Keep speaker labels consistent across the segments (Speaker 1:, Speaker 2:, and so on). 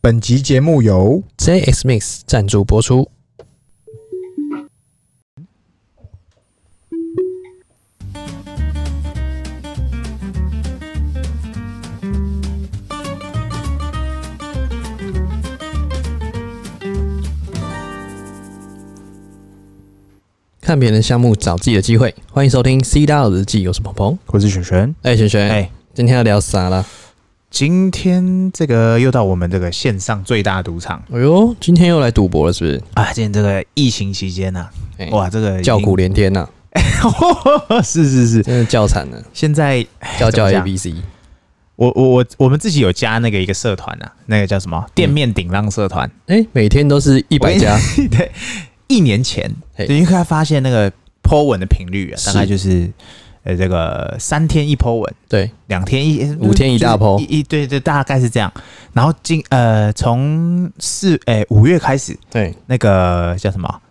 Speaker 1: 本集节目由
Speaker 2: JX Mix 赞助播出。看别人的项目，找自己的机会。欢迎收听《C 大佬日记》，我是鹏鹏。
Speaker 1: 我是璇璇。
Speaker 2: 哎、璇璇，
Speaker 1: 哎，
Speaker 2: 今天要聊啥啦？
Speaker 1: 今天这个又到我们这个线上最大赌场
Speaker 2: 哎呦，今天又来赌博了，是不是？
Speaker 1: 啊！今天这个疫情期间呐、
Speaker 2: 哎
Speaker 1: 哇，这个已经
Speaker 2: 叫苦，连天呐、
Speaker 1: 是是是，
Speaker 2: 真的叫惨了，
Speaker 1: 现在
Speaker 2: 叫叫
Speaker 1: 哎怎么
Speaker 2: A
Speaker 1: 讲
Speaker 2: B C。
Speaker 1: 我我我我们自己有加那个一个社团啊，那个叫什么店面顶浪社团，
Speaker 2: 哎、每天都是一
Speaker 1: 我跟
Speaker 2: 百
Speaker 1: 你
Speaker 2: 家，
Speaker 1: 对，一年前，
Speaker 2: 嘿
Speaker 1: 对，你会发现那个 Po 文的频率啊，
Speaker 2: 是
Speaker 1: 大概就是呃这个三天一 Po 文，
Speaker 2: 对，
Speaker 1: 两天一，
Speaker 2: 五天一大
Speaker 1: 就
Speaker 2: po
Speaker 1: 是一一对对，大概是这样。然后今呃从四哎五月开始，
Speaker 2: 对，
Speaker 1: 那个叫什么？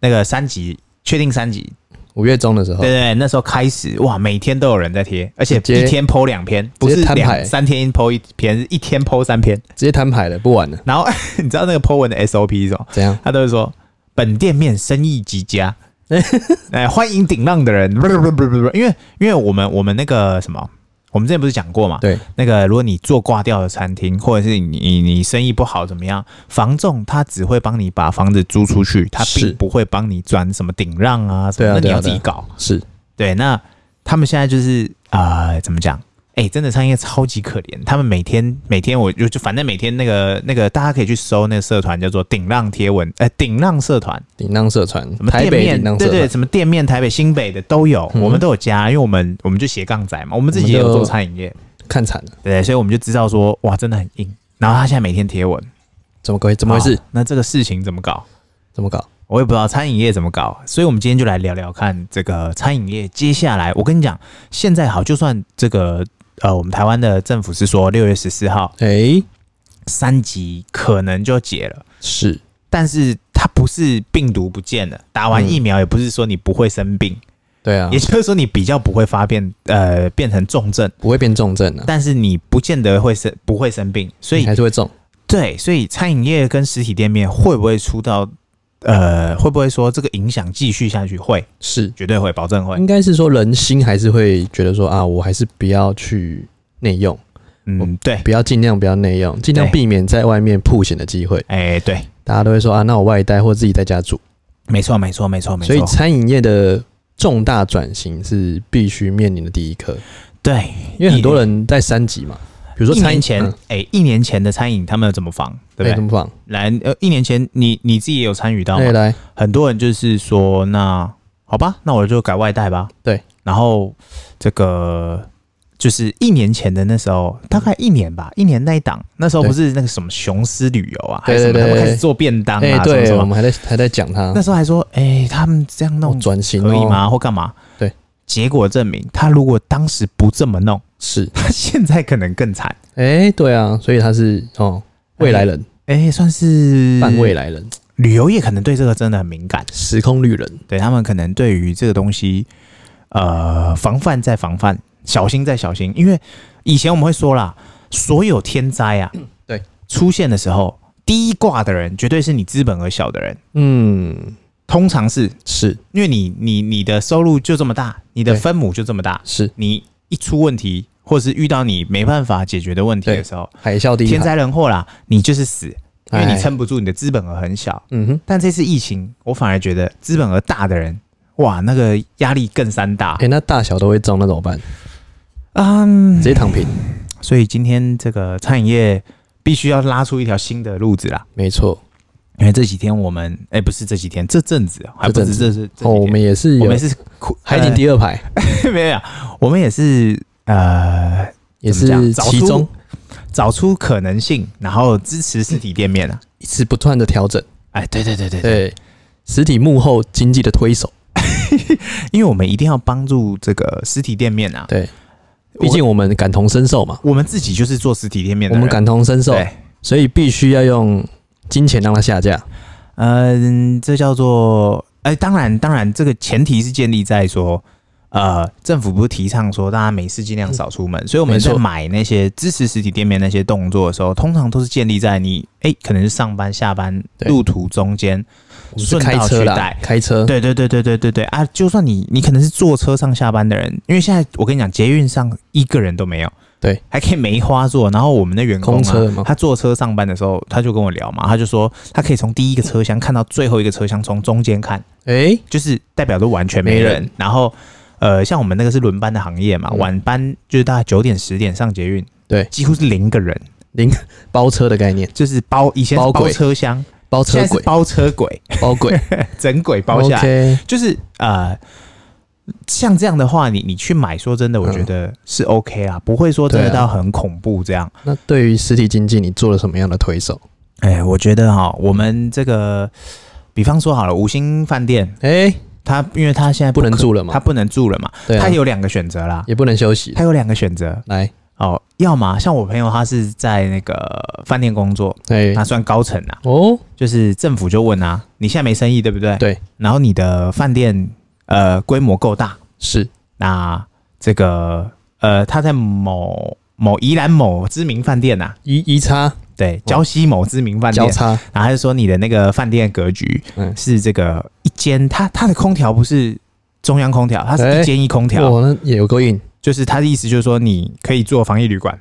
Speaker 1: 那个三级确定三级，
Speaker 2: 五月中的时候
Speaker 1: 对，对对，那时候开始哇，每天都有人在贴，而且
Speaker 2: 哦直接
Speaker 1: 一天 PO 两篇，不
Speaker 2: 直
Speaker 1: 是
Speaker 2: 接摊
Speaker 1: 两
Speaker 2: 牌
Speaker 1: 三天 PO 一篇，是一天 PO 三篇。
Speaker 2: 直接摊牌了，不玩了，
Speaker 1: 然后 你知道那个 PO 文的 SOP 是什么？
Speaker 2: 怎样？
Speaker 1: 他都会说本店面生意极 佳，哎，欢迎顶浪的人，不不不不不，因为因为我们我们那个什么，我们之前不是讲过嘛，
Speaker 2: 对，
Speaker 1: 那个如果你做挂掉的餐厅，或者是你你你生意不好怎么样，房仲他只会帮你把房子租出去，他
Speaker 2: 是
Speaker 1: 并不会帮你转什么顶让啊什
Speaker 2: 对
Speaker 1: 么，
Speaker 2: 啊
Speaker 1: 那你
Speaker 2: 对啊
Speaker 1: 要自己
Speaker 2: 对啊
Speaker 1: 搞。
Speaker 2: 是
Speaker 1: 对，那他们现在就是啊、呃怎么讲？哎、真的商业超级可怜。他们每天每天我就就反正每天那个那个大家可以去搜那个社团叫做顶浪贴文，呃，顶浪社团，
Speaker 2: 顶浪社团
Speaker 1: 什，么
Speaker 2: 台
Speaker 1: 店
Speaker 2: 北
Speaker 1: 面
Speaker 2: 顶浪
Speaker 1: 对
Speaker 2: 社
Speaker 1: 对，
Speaker 2: 团，
Speaker 1: 什么店面台北新北的都有，
Speaker 2: 嗯
Speaker 1: 我们都有加，因为我们我们就斜杠仔嘛，我们自己也
Speaker 2: 我们
Speaker 1: 有
Speaker 2: 就
Speaker 1: 做餐饮业，
Speaker 2: 看惨了，
Speaker 1: 对，所以我们就知道说哇，真的很硬。然后他现在每天贴文，
Speaker 2: 怎么回怎么回事
Speaker 1: 好？那这个事情怎么搞？
Speaker 2: 怎么搞？
Speaker 1: 我也不知道餐饮业怎么搞，所以我们今天就来聊聊看这个餐饮业。接下来，我跟你讲，现在好，就算这个呃，我们台湾的政府是说六月十四号
Speaker 2: 哎、
Speaker 1: 三级可能就解了，
Speaker 2: 是
Speaker 1: 但是它不是病毒不见了，打完
Speaker 2: 嗯
Speaker 1: 疫苗也不是说你不会生病，
Speaker 2: 对啊
Speaker 1: 也，就是说你比较不会发变呃变成重症，
Speaker 2: 不会变重症啊，
Speaker 1: 但是你不见得会生不会生病，所以
Speaker 2: 你还是会中。
Speaker 1: 对，所以餐饮业跟实体店面会不会出到呃会不会说这个影响继续下去？会，
Speaker 2: 是，
Speaker 1: 绝对会，保证会。
Speaker 2: 应该是说人心还是会觉得说啊，我还是不要去内用，
Speaker 1: 嗯，对，
Speaker 2: 不要尽量不要内用，尽量
Speaker 1: 对
Speaker 2: 避免在外面曝险的机会。
Speaker 1: 哎、对，
Speaker 2: 大家都会说啊，那我外带或自己在家煮。
Speaker 1: 没错，没错，没错，没
Speaker 2: 所以
Speaker 1: 错。
Speaker 2: 餐饮业的重大转型是必须面临的第一课，
Speaker 1: 对，
Speaker 2: 因为很多人在三级嘛，比如说
Speaker 1: 一
Speaker 2: 餐
Speaker 1: 年
Speaker 2: 饮
Speaker 1: 前，哎、
Speaker 2: 嗯
Speaker 1: 一年前的餐饮他们怎么防，对
Speaker 2: 哎
Speaker 1: 不
Speaker 2: 怎
Speaker 1: 对？
Speaker 2: 么放？
Speaker 1: 来，呃，一年前你你自己也有参与到
Speaker 2: 哎
Speaker 1: 嘛？
Speaker 2: 来，
Speaker 1: 很多人就是说，那好吧，那我就改外带吧。
Speaker 2: 对，
Speaker 1: 然后这个就是一年前的那时候，大概一年吧，一年那一档，那时候
Speaker 2: 对
Speaker 1: 不是那个什么雄狮旅游啊，还
Speaker 2: 对
Speaker 1: 是什么，
Speaker 2: 对
Speaker 1: 他
Speaker 2: 对
Speaker 1: 们开
Speaker 2: 对
Speaker 1: 始做便当啊，
Speaker 2: 哎
Speaker 1: 什么
Speaker 2: 对，
Speaker 1: 什
Speaker 2: 我
Speaker 1: 么，
Speaker 2: 们还在还在讲它
Speaker 1: 那时候还说，哎、他们这样弄
Speaker 2: 转型
Speaker 1: 可以
Speaker 2: 哦，
Speaker 1: 吗？或干嘛？
Speaker 2: 对，
Speaker 1: 结果证明他如果当时不这么弄，
Speaker 2: 是，
Speaker 1: 他现在可能更惨。
Speaker 2: 哎对啊，所以它是哦未来人，
Speaker 1: 哎、算是
Speaker 2: 半未来人，
Speaker 1: 旅游业可能对这个真的很敏感，
Speaker 2: 时空旅人，
Speaker 1: 对他们可能对于这个东西，呃，防范再防范，小心再小心，因为以前我们会说啦，所有天灾啊，
Speaker 2: 嗯对，
Speaker 1: 出现的时候，第一挂的人绝对是你资本额小的人，
Speaker 2: 嗯，
Speaker 1: 通常是
Speaker 2: 是
Speaker 1: 因为你你你的收入就这么大，你的
Speaker 2: 对
Speaker 1: 分母就这么大，
Speaker 2: 是
Speaker 1: 你一出问题，或是遇到你没办法解决的问题的时候，
Speaker 2: 海啸第一
Speaker 1: 天
Speaker 2: 海，
Speaker 1: 灾人祸啦，你就是死，因为你
Speaker 2: 哎
Speaker 1: 撑不住，你的资本额很小。
Speaker 2: 嗯哼，
Speaker 1: 但这次疫情，我反而觉得资本额大的人，哇，那个压力更山大。
Speaker 2: 哎那大小都会中，那怎么办？
Speaker 1: 嗯
Speaker 2: 直，接躺平，
Speaker 1: 所以今天这个餐饮业必须要拉出一条新的路子啦。
Speaker 2: 没错，
Speaker 1: 因为这几天我们，哎、不是这几天，这阵子还不是这是这
Speaker 2: 哦
Speaker 1: 几
Speaker 2: 我
Speaker 1: 天，
Speaker 2: 们也是
Speaker 1: 我
Speaker 2: 有
Speaker 1: 们是哎苦
Speaker 2: 海景第二排，
Speaker 1: 呃 没有，我们也是呃
Speaker 2: 也
Speaker 1: 怎么讲
Speaker 2: 是
Speaker 1: 找出
Speaker 2: 其中
Speaker 1: 找出可能性，然后支持实体店面啊。
Speaker 2: 一直不断的调整。
Speaker 1: 哎，对对对对对，
Speaker 2: 对，实体幕后经济的推手，
Speaker 1: 因为我们一定要帮助这个实体店面啊，
Speaker 2: 对，
Speaker 1: 我
Speaker 2: 毕竟我们感同身受嘛，
Speaker 1: 我们自己就是做实体店面的
Speaker 2: 我
Speaker 1: 人，
Speaker 2: 们感同身受，
Speaker 1: 对，
Speaker 2: 所以必须要用金钱让它下架。
Speaker 1: 呃嗯，这叫做，哎、当然当然，这个前提是建立在说，呃，政府不是提倡说大家没事尽量少出门，所以我们
Speaker 2: 嗯没错
Speaker 1: 在买那些支持实体店面那些动作的时候，通常都是建立在你哎、可能是上班、下班
Speaker 2: 对
Speaker 1: 路途中间
Speaker 2: 我们是
Speaker 1: 顺
Speaker 2: 开
Speaker 1: 道
Speaker 2: 车
Speaker 1: 去
Speaker 2: 啦
Speaker 1: 带，。
Speaker 2: 开车，
Speaker 1: 对对对对对对对啊！就算你你可能是坐车上下班的人，因为现在我跟你讲，捷运上一个人都没有，
Speaker 2: 对，
Speaker 1: 还可以梅花座。然后我们的员工
Speaker 2: 空车吗
Speaker 1: 啊，他坐车上班的时候，他就跟我聊嘛，他就说他可以从第一个车厢看到最后一个车厢，从中间看，
Speaker 2: 哎，
Speaker 1: 就是代表都完全没
Speaker 2: 没
Speaker 1: 人。
Speaker 2: 人
Speaker 1: 然后呃，像我们那个是轮班的行业嘛，
Speaker 2: 嗯
Speaker 1: 晚班就是大概九点十点上捷运，
Speaker 2: 对
Speaker 1: 几乎是零个人，
Speaker 2: 包车的概念，
Speaker 1: 就是包以前是
Speaker 2: 包
Speaker 1: 包
Speaker 2: 轨
Speaker 1: 车厢，
Speaker 2: 包
Speaker 1: 现
Speaker 2: 车
Speaker 1: 在是
Speaker 2: 轨，
Speaker 1: 包车轨，
Speaker 2: 包轨，
Speaker 1: 整轨 包下来。
Speaker 2: OK，
Speaker 1: 就是呃，像这样的话，你你去买，说真的，我
Speaker 2: 嗯
Speaker 1: 觉得是 OK 啊，不会说真的
Speaker 2: 对啊
Speaker 1: 到很恐怖这样。
Speaker 2: 那对于实体经济，你做了什么样的推手？
Speaker 1: 哎、我觉得哈，我们这个，比方说好了，五星饭店，
Speaker 2: 哎，
Speaker 1: 它因为它现在
Speaker 2: 不能
Speaker 1: 可
Speaker 2: 住了嘛
Speaker 1: 它不能住了嘛，
Speaker 2: 对啊
Speaker 1: 它，有两个选择啦，
Speaker 2: 也不能休息。
Speaker 1: 它有两个选择
Speaker 2: 来，
Speaker 1: 哦，要么像我朋友，他是在那个饭店工作，
Speaker 2: 哎，
Speaker 1: 他算高层啊，
Speaker 2: 哦，
Speaker 1: 就是政府就问啊，你现在没生意对不对？
Speaker 2: 对，
Speaker 1: 然后你的饭店呃规模够大，
Speaker 2: 是
Speaker 1: 那这个呃，他在某某宜兰某知名饭店呐、啊，
Speaker 2: 一一叉
Speaker 1: 对，礁溪某知名饭店
Speaker 2: 交，叉，
Speaker 1: 然后他就说你的那个饭店格局
Speaker 2: 嗯
Speaker 1: 是这个一间，它它的空调不是中央空调，它是
Speaker 2: 哎
Speaker 1: 一间一空调，
Speaker 2: 哇，那也有够硬
Speaker 1: 就是他的意思就是说你可以做防疫旅馆。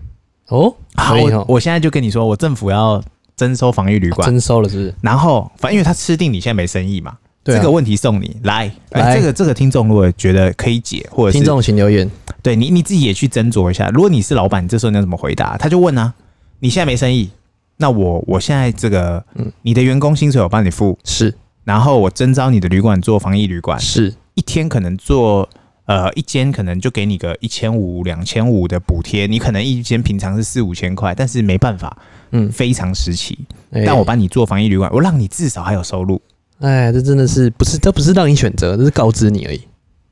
Speaker 2: 哦，
Speaker 1: 好，
Speaker 2: 可以
Speaker 1: 啊我
Speaker 2: 哦
Speaker 1: 我现在就跟你说，我政府要征收防疫旅馆，
Speaker 2: 征啊收了是不是？
Speaker 1: 然后反正因为他吃定你现在没生意嘛。
Speaker 2: 对啊
Speaker 1: 这个问题送你来，哎
Speaker 2: 来
Speaker 1: 这个这个听众如果觉得可以解，或者是
Speaker 2: 听众请留言，
Speaker 1: 对你你自己也去斟酌一下。如果你是老板，你这时候你要怎么回答？他就问啊，你现在没生意，那我我现在这个，
Speaker 2: 嗯
Speaker 1: 你的员工薪水我帮你付，
Speaker 2: 是
Speaker 1: 然后我征招你的旅馆做防疫旅馆，
Speaker 2: 是，
Speaker 1: 一天可能做呃一间可能就给你个一千五、两千五的补贴，你可能一间平常是四五千块，但是没办法，
Speaker 2: 嗯，
Speaker 1: 非常时期，
Speaker 2: 哎
Speaker 1: 但我帮你做防疫旅馆，我让你至少还有收入。
Speaker 2: 哎，这真的是不是？这不是让你选择，这是告知你而已。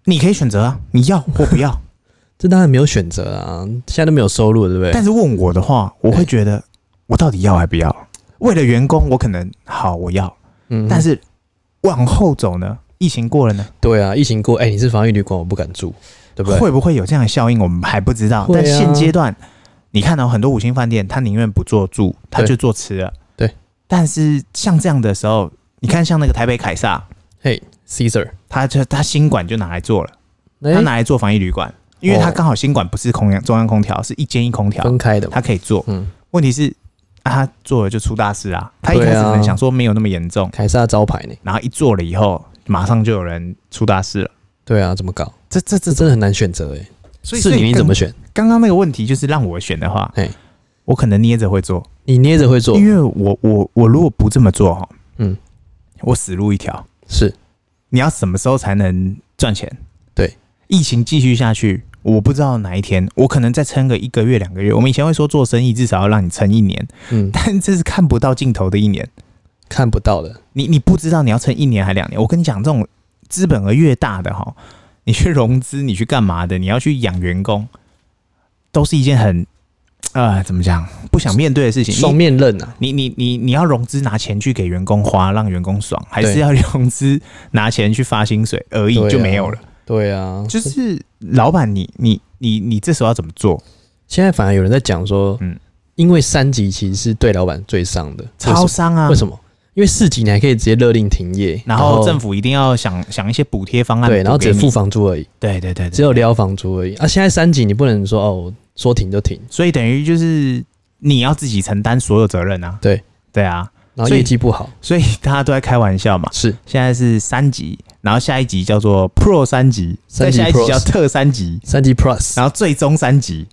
Speaker 1: 你可以选择啊，你要或不要。
Speaker 2: 这当然没有选择啊，现在都没有收入了，对不对？
Speaker 1: 但是问我的话，我会觉得我到底要还不要？为了员工，我可能好我要，
Speaker 2: 嗯
Speaker 1: 但是往后走呢？疫情过了呢，
Speaker 2: 对啊，疫情过，哎、你是防疫旅馆，我不敢住，对不对？
Speaker 1: 会不会有这样的效应？我们还不知道。
Speaker 2: 会啊
Speaker 1: 但现阶段，你看到、很多五星饭店，他宁愿不做住，他
Speaker 2: 对
Speaker 1: 就做吃了。
Speaker 2: 对。
Speaker 1: 但是像这样的时候，你看像那个台北凯撒，
Speaker 2: 嘿、c a e s a r
Speaker 1: 他就他新馆就拿来做了，
Speaker 2: 哎、
Speaker 1: 他拿来做防疫旅馆，因为他
Speaker 2: 哦
Speaker 1: 刚好新馆不是空央中央空调，是一间一空调，
Speaker 2: 分开的嘛，
Speaker 1: 他可以做。
Speaker 2: 嗯，
Speaker 1: 问题是，啊、他做了就出大事啦。他一开始
Speaker 2: 对啊
Speaker 1: 可能想说没有那么严重，
Speaker 2: 凯撒招牌呢？
Speaker 1: 然后一做了以后，马上就有人出大事了。
Speaker 2: 对啊，怎么搞？
Speaker 1: 这这
Speaker 2: 这
Speaker 1: 这，
Speaker 2: 真的很难选择哎、
Speaker 1: 所以
Speaker 2: 是你你怎么
Speaker 1: 选？
Speaker 2: 选？
Speaker 1: 刚刚那个问题就是让我选的话
Speaker 2: 嘿，
Speaker 1: 我可能捏着会做，
Speaker 2: 你捏着会做
Speaker 1: 因，为我我我如果不这么做哈，
Speaker 2: 嗯，
Speaker 1: 我死路一条。
Speaker 2: 是
Speaker 1: 你要什么时候才能赚钱？
Speaker 2: 对，
Speaker 1: 疫情继续下去。我不知道哪一天，我可能再撑个一个月、两个月。我们以前会说做生意至少要让你撑一年，
Speaker 2: 嗯，
Speaker 1: 但这是看不到尽头的一年。
Speaker 2: 看不到的，
Speaker 1: 你你不知道你要撑一年还两年。我跟你讲，这种资本额越大的哈，你去融资，你去干嘛的？你要去养员工，都是一件很呃怎么讲不想面对的事情。
Speaker 2: 双
Speaker 1: 你
Speaker 2: 面刃啊，
Speaker 1: 你你你你要融资拿钱去给员工花，让员工爽，还是
Speaker 2: 对
Speaker 1: 要 融资拿钱去发薪水而已，
Speaker 2: 对啊
Speaker 1: 就没有了。
Speaker 2: 对啊，
Speaker 1: 就是老板，你你你你这时候要怎么做？
Speaker 2: 现在反而有人在讲说，嗯
Speaker 1: 嗯，
Speaker 2: 因为三级其实是对老板最伤的，
Speaker 1: 超商啊
Speaker 2: 为，什么？因为四级你还可以直接勒令停业，
Speaker 1: 然后政府一定要想想一些补贴方案，
Speaker 2: 对，然后只付，房租而已。
Speaker 1: 对对对，对
Speaker 2: 只有撩房租而已啊！现在三级你不能说哦，说停就停，
Speaker 1: 所以等于就是你要自己承担所有责任啊。
Speaker 2: 对
Speaker 1: 对啊，
Speaker 2: 然后
Speaker 1: 所以
Speaker 2: 业绩不好
Speaker 1: 所以大家都在开玩笑嘛。
Speaker 2: 是
Speaker 1: 现在是三级，然后下一集叫做 Pro 三级，再
Speaker 2: 三级
Speaker 1: 下一
Speaker 2: Pro
Speaker 1: 集叫特三级，
Speaker 2: 三级 Plus，
Speaker 1: 然后最终三级，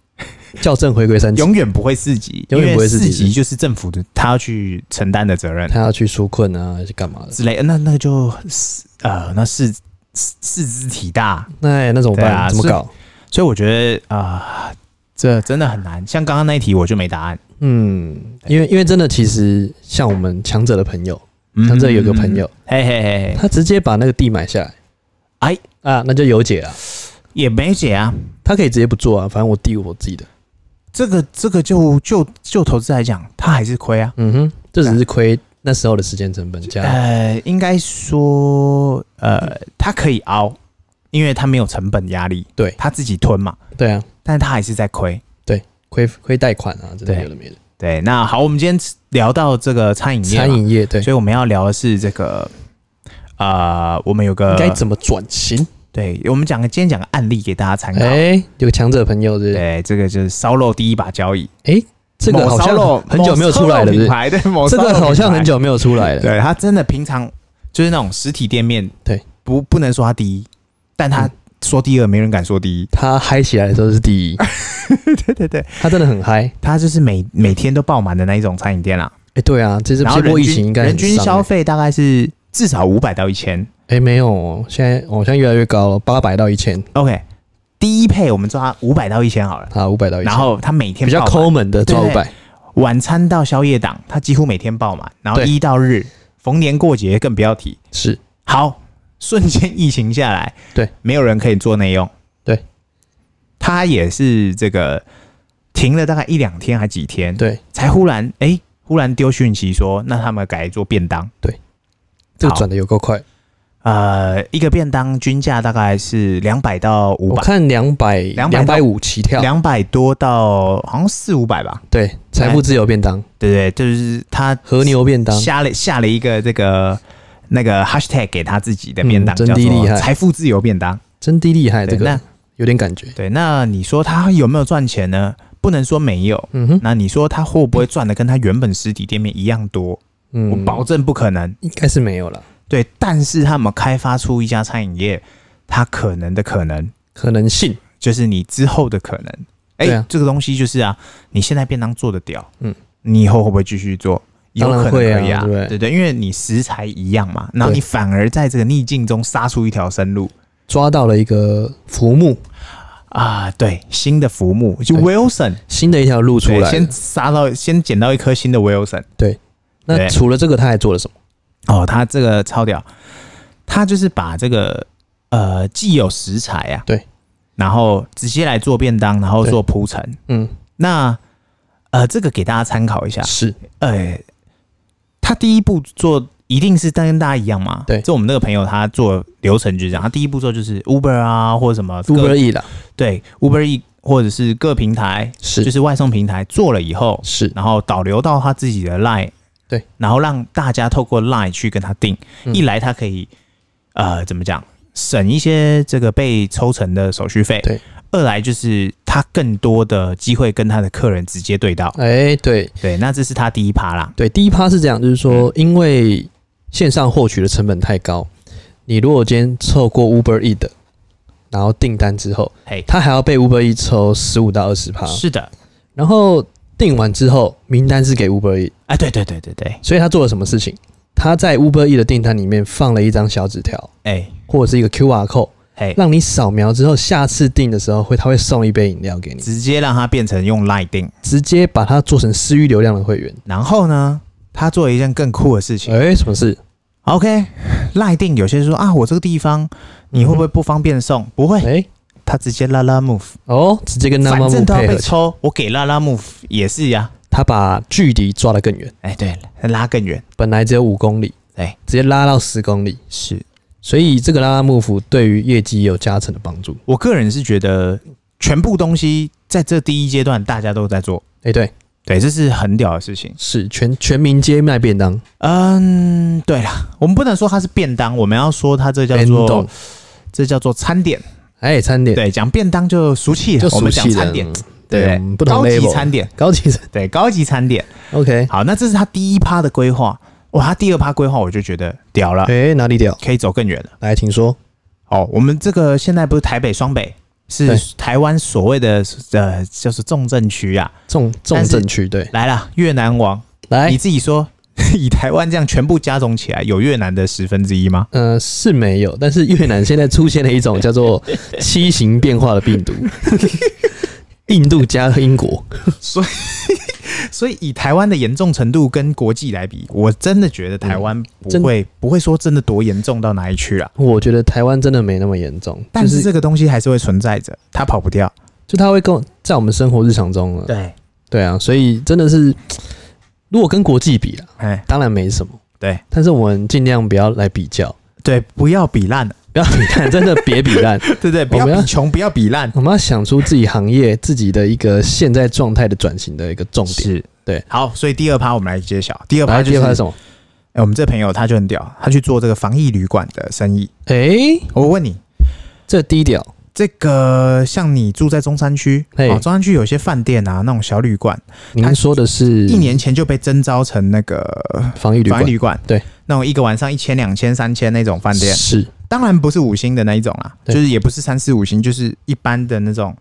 Speaker 2: 校正回归三级，
Speaker 1: 永远不会四级，
Speaker 2: 永远不会
Speaker 1: 因为
Speaker 2: 四级
Speaker 1: 四级就是政府的他要去承担的责任
Speaker 2: 他要去纾困啊，还是干嘛的？
Speaker 1: 之类的。那那个就呃，那是四四肢体大，
Speaker 2: 那那怎么办？
Speaker 1: 对啊
Speaker 2: 怎么搞？
Speaker 1: 所以我觉得啊、这真的很难。像刚刚那一题，我就没答案。
Speaker 2: 嗯，因为因为真的，其实像我们强者的朋友，
Speaker 1: 嗯
Speaker 2: 强者有个朋友，，
Speaker 1: 嘿嘿嘿嘿，
Speaker 2: 他直接把那个地买下来，
Speaker 1: 哎
Speaker 2: 啊，那就有解了。
Speaker 1: 也没解啊。
Speaker 2: 他可以直接不做啊，反正我地我自己的。
Speaker 1: 这个这个就就就投资来讲，它还是亏啊。
Speaker 2: 嗯哼，这只是亏那时候的时间成本加
Speaker 1: 呃，应该说，呃，它可以熬，因为他没有成本压力，
Speaker 2: 对
Speaker 1: 他自己吞嘛，
Speaker 2: 对啊，
Speaker 1: 但是他还是在亏。
Speaker 2: 亏亏贷款啊，真的
Speaker 1: 对
Speaker 2: 有的没的。
Speaker 1: 对，那好，我们今天聊到这个餐饮业嘛，
Speaker 2: 餐饮业对，
Speaker 1: 所以我们要聊的是这个，呃，我们有个
Speaker 2: 应该怎么转型？
Speaker 1: 对，我们讲个今天讲个案例给大家参考。
Speaker 2: 哎，有个强者朋友是不是？
Speaker 1: 嗯
Speaker 2: 哎
Speaker 1: 对，这个就是烧肉第一把交椅，
Speaker 2: 这个好
Speaker 1: 某烧肉
Speaker 2: 像很久没有出
Speaker 1: 某烧肉
Speaker 2: 来了，是不
Speaker 1: 品
Speaker 2: 是？
Speaker 1: 牌对，某
Speaker 2: 这
Speaker 1: 烧肉
Speaker 2: 个
Speaker 1: 品
Speaker 2: 好像
Speaker 1: 牌
Speaker 2: 很，久没有出来了。
Speaker 1: 对他真的平常就是那种实体店面，
Speaker 2: 对，
Speaker 1: 不不能说他第一，但他
Speaker 2: 嗯
Speaker 1: 说第二，没人敢说第一。
Speaker 2: 他嗨起来的时候是第一，
Speaker 1: 对对对，
Speaker 2: 他真的很嗨。
Speaker 1: 他就是每每天都爆满的那一种餐饮店啦。
Speaker 2: 哎，对啊，这次
Speaker 1: 然后
Speaker 2: 这波
Speaker 1: 人
Speaker 2: 疫
Speaker 1: 均
Speaker 2: 情应该很
Speaker 1: 人均
Speaker 2: 伤
Speaker 1: 消
Speaker 2: 哎
Speaker 1: 费大概是至少五百到一千。
Speaker 2: 哎没有哦，现在哦，现在越来越高了，八百到一千
Speaker 1: OK，第一配我们抓五百到一千好了。
Speaker 2: 啊，五百到一千
Speaker 1: 然，后他每天
Speaker 2: 比较
Speaker 1: 爆满
Speaker 2: 抠门的抓
Speaker 1: 对
Speaker 2: 五百，
Speaker 1: 晚餐到宵夜档，他几乎每天爆满，然后
Speaker 2: 对
Speaker 1: 一到日，逢年过节更不要提。
Speaker 2: 是
Speaker 1: 好，瞬间疫情下来，
Speaker 2: 对，
Speaker 1: 没有人可以做内用，
Speaker 2: 对，
Speaker 1: 他也是这个停了大概一两天还几天，，
Speaker 2: 对，
Speaker 1: 才忽然哎、诶忽然丢讯息说，那他们改做便当，
Speaker 2: 这个
Speaker 1: 好
Speaker 2: 转的有够快。
Speaker 1: 呃，一个便当均价大概是两百到五
Speaker 2: 我
Speaker 1: 百，
Speaker 2: 看两百
Speaker 1: 200
Speaker 2: 两百五起跳，
Speaker 1: 两百多到好像四五百吧，
Speaker 2: 对，财
Speaker 1: 哎
Speaker 2: 富自由便当，
Speaker 1: 对不对？就是他
Speaker 2: 和牛便当，
Speaker 1: 下了下了一个这个那个 hashtag 给他自己的便当，
Speaker 2: 嗯真
Speaker 1: 叫做
Speaker 2: 的厉害
Speaker 1: 财富自由便当。
Speaker 2: 真的厉害，
Speaker 1: 对
Speaker 2: 这
Speaker 1: 那
Speaker 2: 个有点感觉。
Speaker 1: 对，那你说他有没有赚钱呢？不能说没有。
Speaker 2: 嗯哼，
Speaker 1: 那你说他会不会赚的跟他原本实体店面一样多？
Speaker 2: 嗯，
Speaker 1: 我保证不可能。
Speaker 2: 应该是没有了，
Speaker 1: 对，但是他们开发出一家餐饮业，它可能的可能
Speaker 2: 可能性
Speaker 1: 就是你之后的可能。哎、
Speaker 2: 对啊
Speaker 1: 这个东西就是啊，你现在便当做的屌，
Speaker 2: 嗯
Speaker 1: 嗯，你以后会不会继续做？有
Speaker 2: 当然
Speaker 1: 可能可
Speaker 2: 会啊
Speaker 1: 以
Speaker 2: 对不对
Speaker 1: 对对，因为你食材一样嘛，然后
Speaker 2: 对
Speaker 1: 你反而在这个逆境中杀出一条生路
Speaker 2: 抓到了一个浮木，
Speaker 1: 啊！对，新的浮木就
Speaker 2: 对
Speaker 1: Wilson
Speaker 2: 新的一条路出
Speaker 1: 对
Speaker 2: 来了。
Speaker 1: 先杀到先捡到一颗新的 Wilson
Speaker 2: 那
Speaker 1: 对
Speaker 2: 除了这个，他还做了什么？
Speaker 1: 哦，他这个超屌，他就是把这个呃既有食材啊，
Speaker 2: 对，
Speaker 1: 然后直接来做便当，然后
Speaker 2: 对
Speaker 1: 做铺陈。
Speaker 2: 嗯，
Speaker 1: 那呃，这个给大家参考一下，
Speaker 2: 是
Speaker 1: 呃，他第一步做一定是跟大家一样嘛？
Speaker 2: 对
Speaker 1: 这我们那个朋友他做流程就是这样，他第一步做就是 Uber 啊，或者什么
Speaker 2: Uber
Speaker 1: 各
Speaker 2: E 啦，
Speaker 1: 对 Uber E 或者是各平台，
Speaker 2: 是
Speaker 1: 就是啊外送平台做了以后，
Speaker 2: 是，
Speaker 1: 然后导流到他自己的 Line，
Speaker 2: 对，
Speaker 1: 然后让大家透过 Line 去跟他订，
Speaker 2: 嗯
Speaker 1: 一来他可以呃怎么讲，省一些这个被抽成的手续费，
Speaker 2: 对，
Speaker 1: 二来就是他更多的机会跟他的客人直接对到，
Speaker 2: 哎，对
Speaker 1: 对，那这是他第一趴啦，
Speaker 2: 对，第一趴是这样，就是说，
Speaker 1: 嗯
Speaker 2: 因为线上获取的成本太高，你如果今天透过 Uber E 的，然后订单之后，
Speaker 1: 嘿，
Speaker 2: 他还要被 Uber E 抽十五到二十趴，
Speaker 1: 是的，
Speaker 2: 然后订完之后，名单是给 Uber E，
Speaker 1: 哎，对对对对对，
Speaker 2: 所以他做了什么事情？他在 Uber E 的订单里面放了一张小纸条，
Speaker 1: 哎
Speaker 2: 或者是一个 QR code，
Speaker 1: 嘿，
Speaker 2: 让你扫描之后，下次订的时候会他会送一杯饮料给你，
Speaker 1: 直接让他变成用 Line 订，
Speaker 2: 直接把它做成私域流量的会员。
Speaker 1: 然后呢，他做了一件更酷的事情
Speaker 2: 哎、什么事？
Speaker 1: ，OK，赖订有些人说啊，我这个地方你会不会不方便送？不会
Speaker 2: 哎、，
Speaker 1: 他直接拉拉 move。
Speaker 2: 哦，直接跟 n a
Speaker 1: 反
Speaker 2: m
Speaker 1: 正
Speaker 2: a
Speaker 1: 都要
Speaker 2: 配合
Speaker 1: 被
Speaker 2: 起，
Speaker 1: 抽，我给拉拉木也是呀、
Speaker 2: 他把距离抓得更远，
Speaker 1: 哎，对，拉更远，
Speaker 2: 本来只有五公里，
Speaker 1: 哎
Speaker 2: 直接拉到十公里。
Speaker 1: 是
Speaker 2: 所以这个拉拉幕府对于业绩有加成的帮助。
Speaker 1: 我个人是觉得全部东西在这第一阶段大家都在做，
Speaker 2: 哎、对，
Speaker 1: 对，这是很屌的事情。
Speaker 2: 是全全民皆卖便当
Speaker 1: 嗯，对啦，我们不能说它是便当，我们要说它这叫
Speaker 2: ，N
Speaker 1: 做
Speaker 2: 栋
Speaker 1: 这叫做餐点。
Speaker 2: 哎、餐点，
Speaker 1: 对，讲便当就俗气了，
Speaker 2: 就
Speaker 1: 我
Speaker 2: 熟
Speaker 1: 们讲
Speaker 2: 悉的，
Speaker 1: 餐点
Speaker 2: 嗯，
Speaker 1: 对
Speaker 2: 对，我们不同
Speaker 1: 高级
Speaker 2: level
Speaker 1: 餐点，
Speaker 2: 高级餐
Speaker 1: 对，高级餐点。
Speaker 2: ，OK，
Speaker 1: 好，那这是他第一趴的规划，哇，他第二趴规划我就觉得屌了，
Speaker 2: 哎、哪里屌？
Speaker 1: 可以走更远了。
Speaker 2: 来，请说。
Speaker 1: 哦，我们这个现在不是台北双北，是
Speaker 2: 对
Speaker 1: 台湾所谓的呃，就是重症区啊。
Speaker 2: 重重
Speaker 1: 但是
Speaker 2: 症区，对，
Speaker 1: 来啦，越南王，
Speaker 2: 来
Speaker 1: 你，自己说， 以台湾这样全部加总起来，有越南的十分之一吗？
Speaker 2: 呃，是没有，但是越南现在出现了一种 叫做七型变化的病毒，印度加英国，
Speaker 1: 所以以台湾的严重程度跟国际来比，我真的觉得台湾不
Speaker 2: 嗯真
Speaker 1: 会、不会说真的多严重到哪里去啊。
Speaker 2: 我觉得台湾真的没那么严重，
Speaker 1: 但
Speaker 2: 就是是
Speaker 1: 这个东西还是会存在着，它跑不掉。
Speaker 2: 就它会跟我在我们生活日常中了，
Speaker 1: 对，
Speaker 2: 对啊，所以真的是如果跟国际比啦，
Speaker 1: 哎，
Speaker 2: 当然没什么，
Speaker 1: 对
Speaker 2: 但是我们尽量不要来比较，
Speaker 1: 对，不要比烂了。啊
Speaker 2: 不要比烂，真的别比烂。
Speaker 1: 对不对？不
Speaker 2: 我
Speaker 1: 要
Speaker 2: 们要
Speaker 1: 比穷，不要比烂。
Speaker 2: 我们要想出自己行业 自己的一个现在状态的转型的一个重点。
Speaker 1: 是
Speaker 2: 对。
Speaker 1: 好，所以第二趴我们来揭晓。第二
Speaker 2: 然
Speaker 1: 趴
Speaker 2: 后
Speaker 1: 就
Speaker 2: 第
Speaker 1: 是，
Speaker 2: 二趴是
Speaker 1: 哎、
Speaker 2: 什么？
Speaker 1: 我们这朋友他就很屌，他去做这个防疫旅馆的生意。
Speaker 2: 诶，
Speaker 1: 我问你，
Speaker 2: 这低调，
Speaker 1: 这个像你住在中山区，
Speaker 2: 嘿
Speaker 1: 哦，中山区有些饭店啊，那种小旅馆，
Speaker 2: 您说的是
Speaker 1: 一年前就被征招成那个
Speaker 2: 防疫旅
Speaker 1: 防
Speaker 2: 馆
Speaker 1: 疫旅馆，
Speaker 2: 对，
Speaker 1: 那种一个晚上一千、两千、三千那种饭店，
Speaker 2: 是
Speaker 1: 当然不是五星的那一种啦，就
Speaker 2: 对
Speaker 1: 是也不是三四五星，就是一般的那种。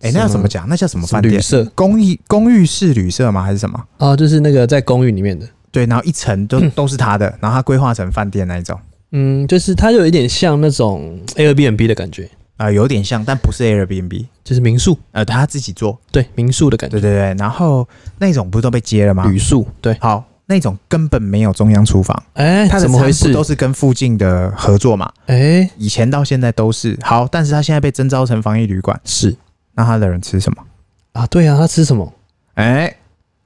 Speaker 1: 哎、那要怎么讲？那叫什么饭
Speaker 2: 旅
Speaker 1: 店？
Speaker 2: 社
Speaker 1: 公寓公寓式旅社吗？还是什么？
Speaker 2: 哦，就是那个在公寓里面的，
Speaker 1: 对，然后一层都、 都是他的，然后他规划成饭店那一种，
Speaker 2: 嗯，就是它有一点像那种 Airbnb 的感觉，
Speaker 1: 呃，有点像，但不是 Airbnb，
Speaker 2: 就是民宿，
Speaker 1: 呃，他自己做，
Speaker 2: 对，民宿的感觉
Speaker 1: 对，对对，然后那种不是都被接了吗？
Speaker 2: 旅宿，对，
Speaker 1: 好，那种根本没有中央厨房，
Speaker 2: 哎，
Speaker 1: 他的
Speaker 2: 怎么
Speaker 1: 餐
Speaker 2: 回
Speaker 1: 不
Speaker 2: 事
Speaker 1: 都？是跟附近的合作嘛，
Speaker 2: 哎，
Speaker 1: 以前到现在都是好，但是他现在被征召成防疫旅馆，
Speaker 2: 是
Speaker 1: 那他的人吃什么？
Speaker 2: 啊，对啊，他吃什么？
Speaker 1: 哎、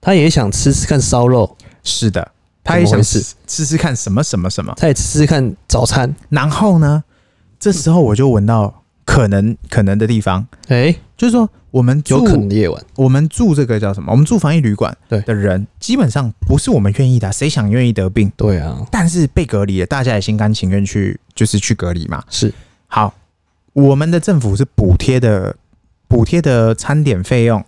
Speaker 2: 他也想吃吃看烧肉，
Speaker 1: 是的，他也
Speaker 2: 怎
Speaker 1: 想
Speaker 2: 么回
Speaker 1: 试
Speaker 2: 事
Speaker 1: 试试看什么什么什么。
Speaker 2: 他也吃吃看早餐，
Speaker 1: 然后呢，这时候我就闻到可能可能的地方，
Speaker 2: 哎，
Speaker 1: 就是说我们住
Speaker 2: 有可能的夜晚，
Speaker 1: 我们住这个叫什么？我们住防疫旅馆
Speaker 2: 对
Speaker 1: 的人，基本上不是我们愿意的啊、谁想愿意得病？
Speaker 2: 对啊，
Speaker 1: 但是被隔离了，大家也心甘情愿去，就是去隔离嘛。
Speaker 2: 是
Speaker 1: 好，我们的政府是补贴的，补贴的餐点费用，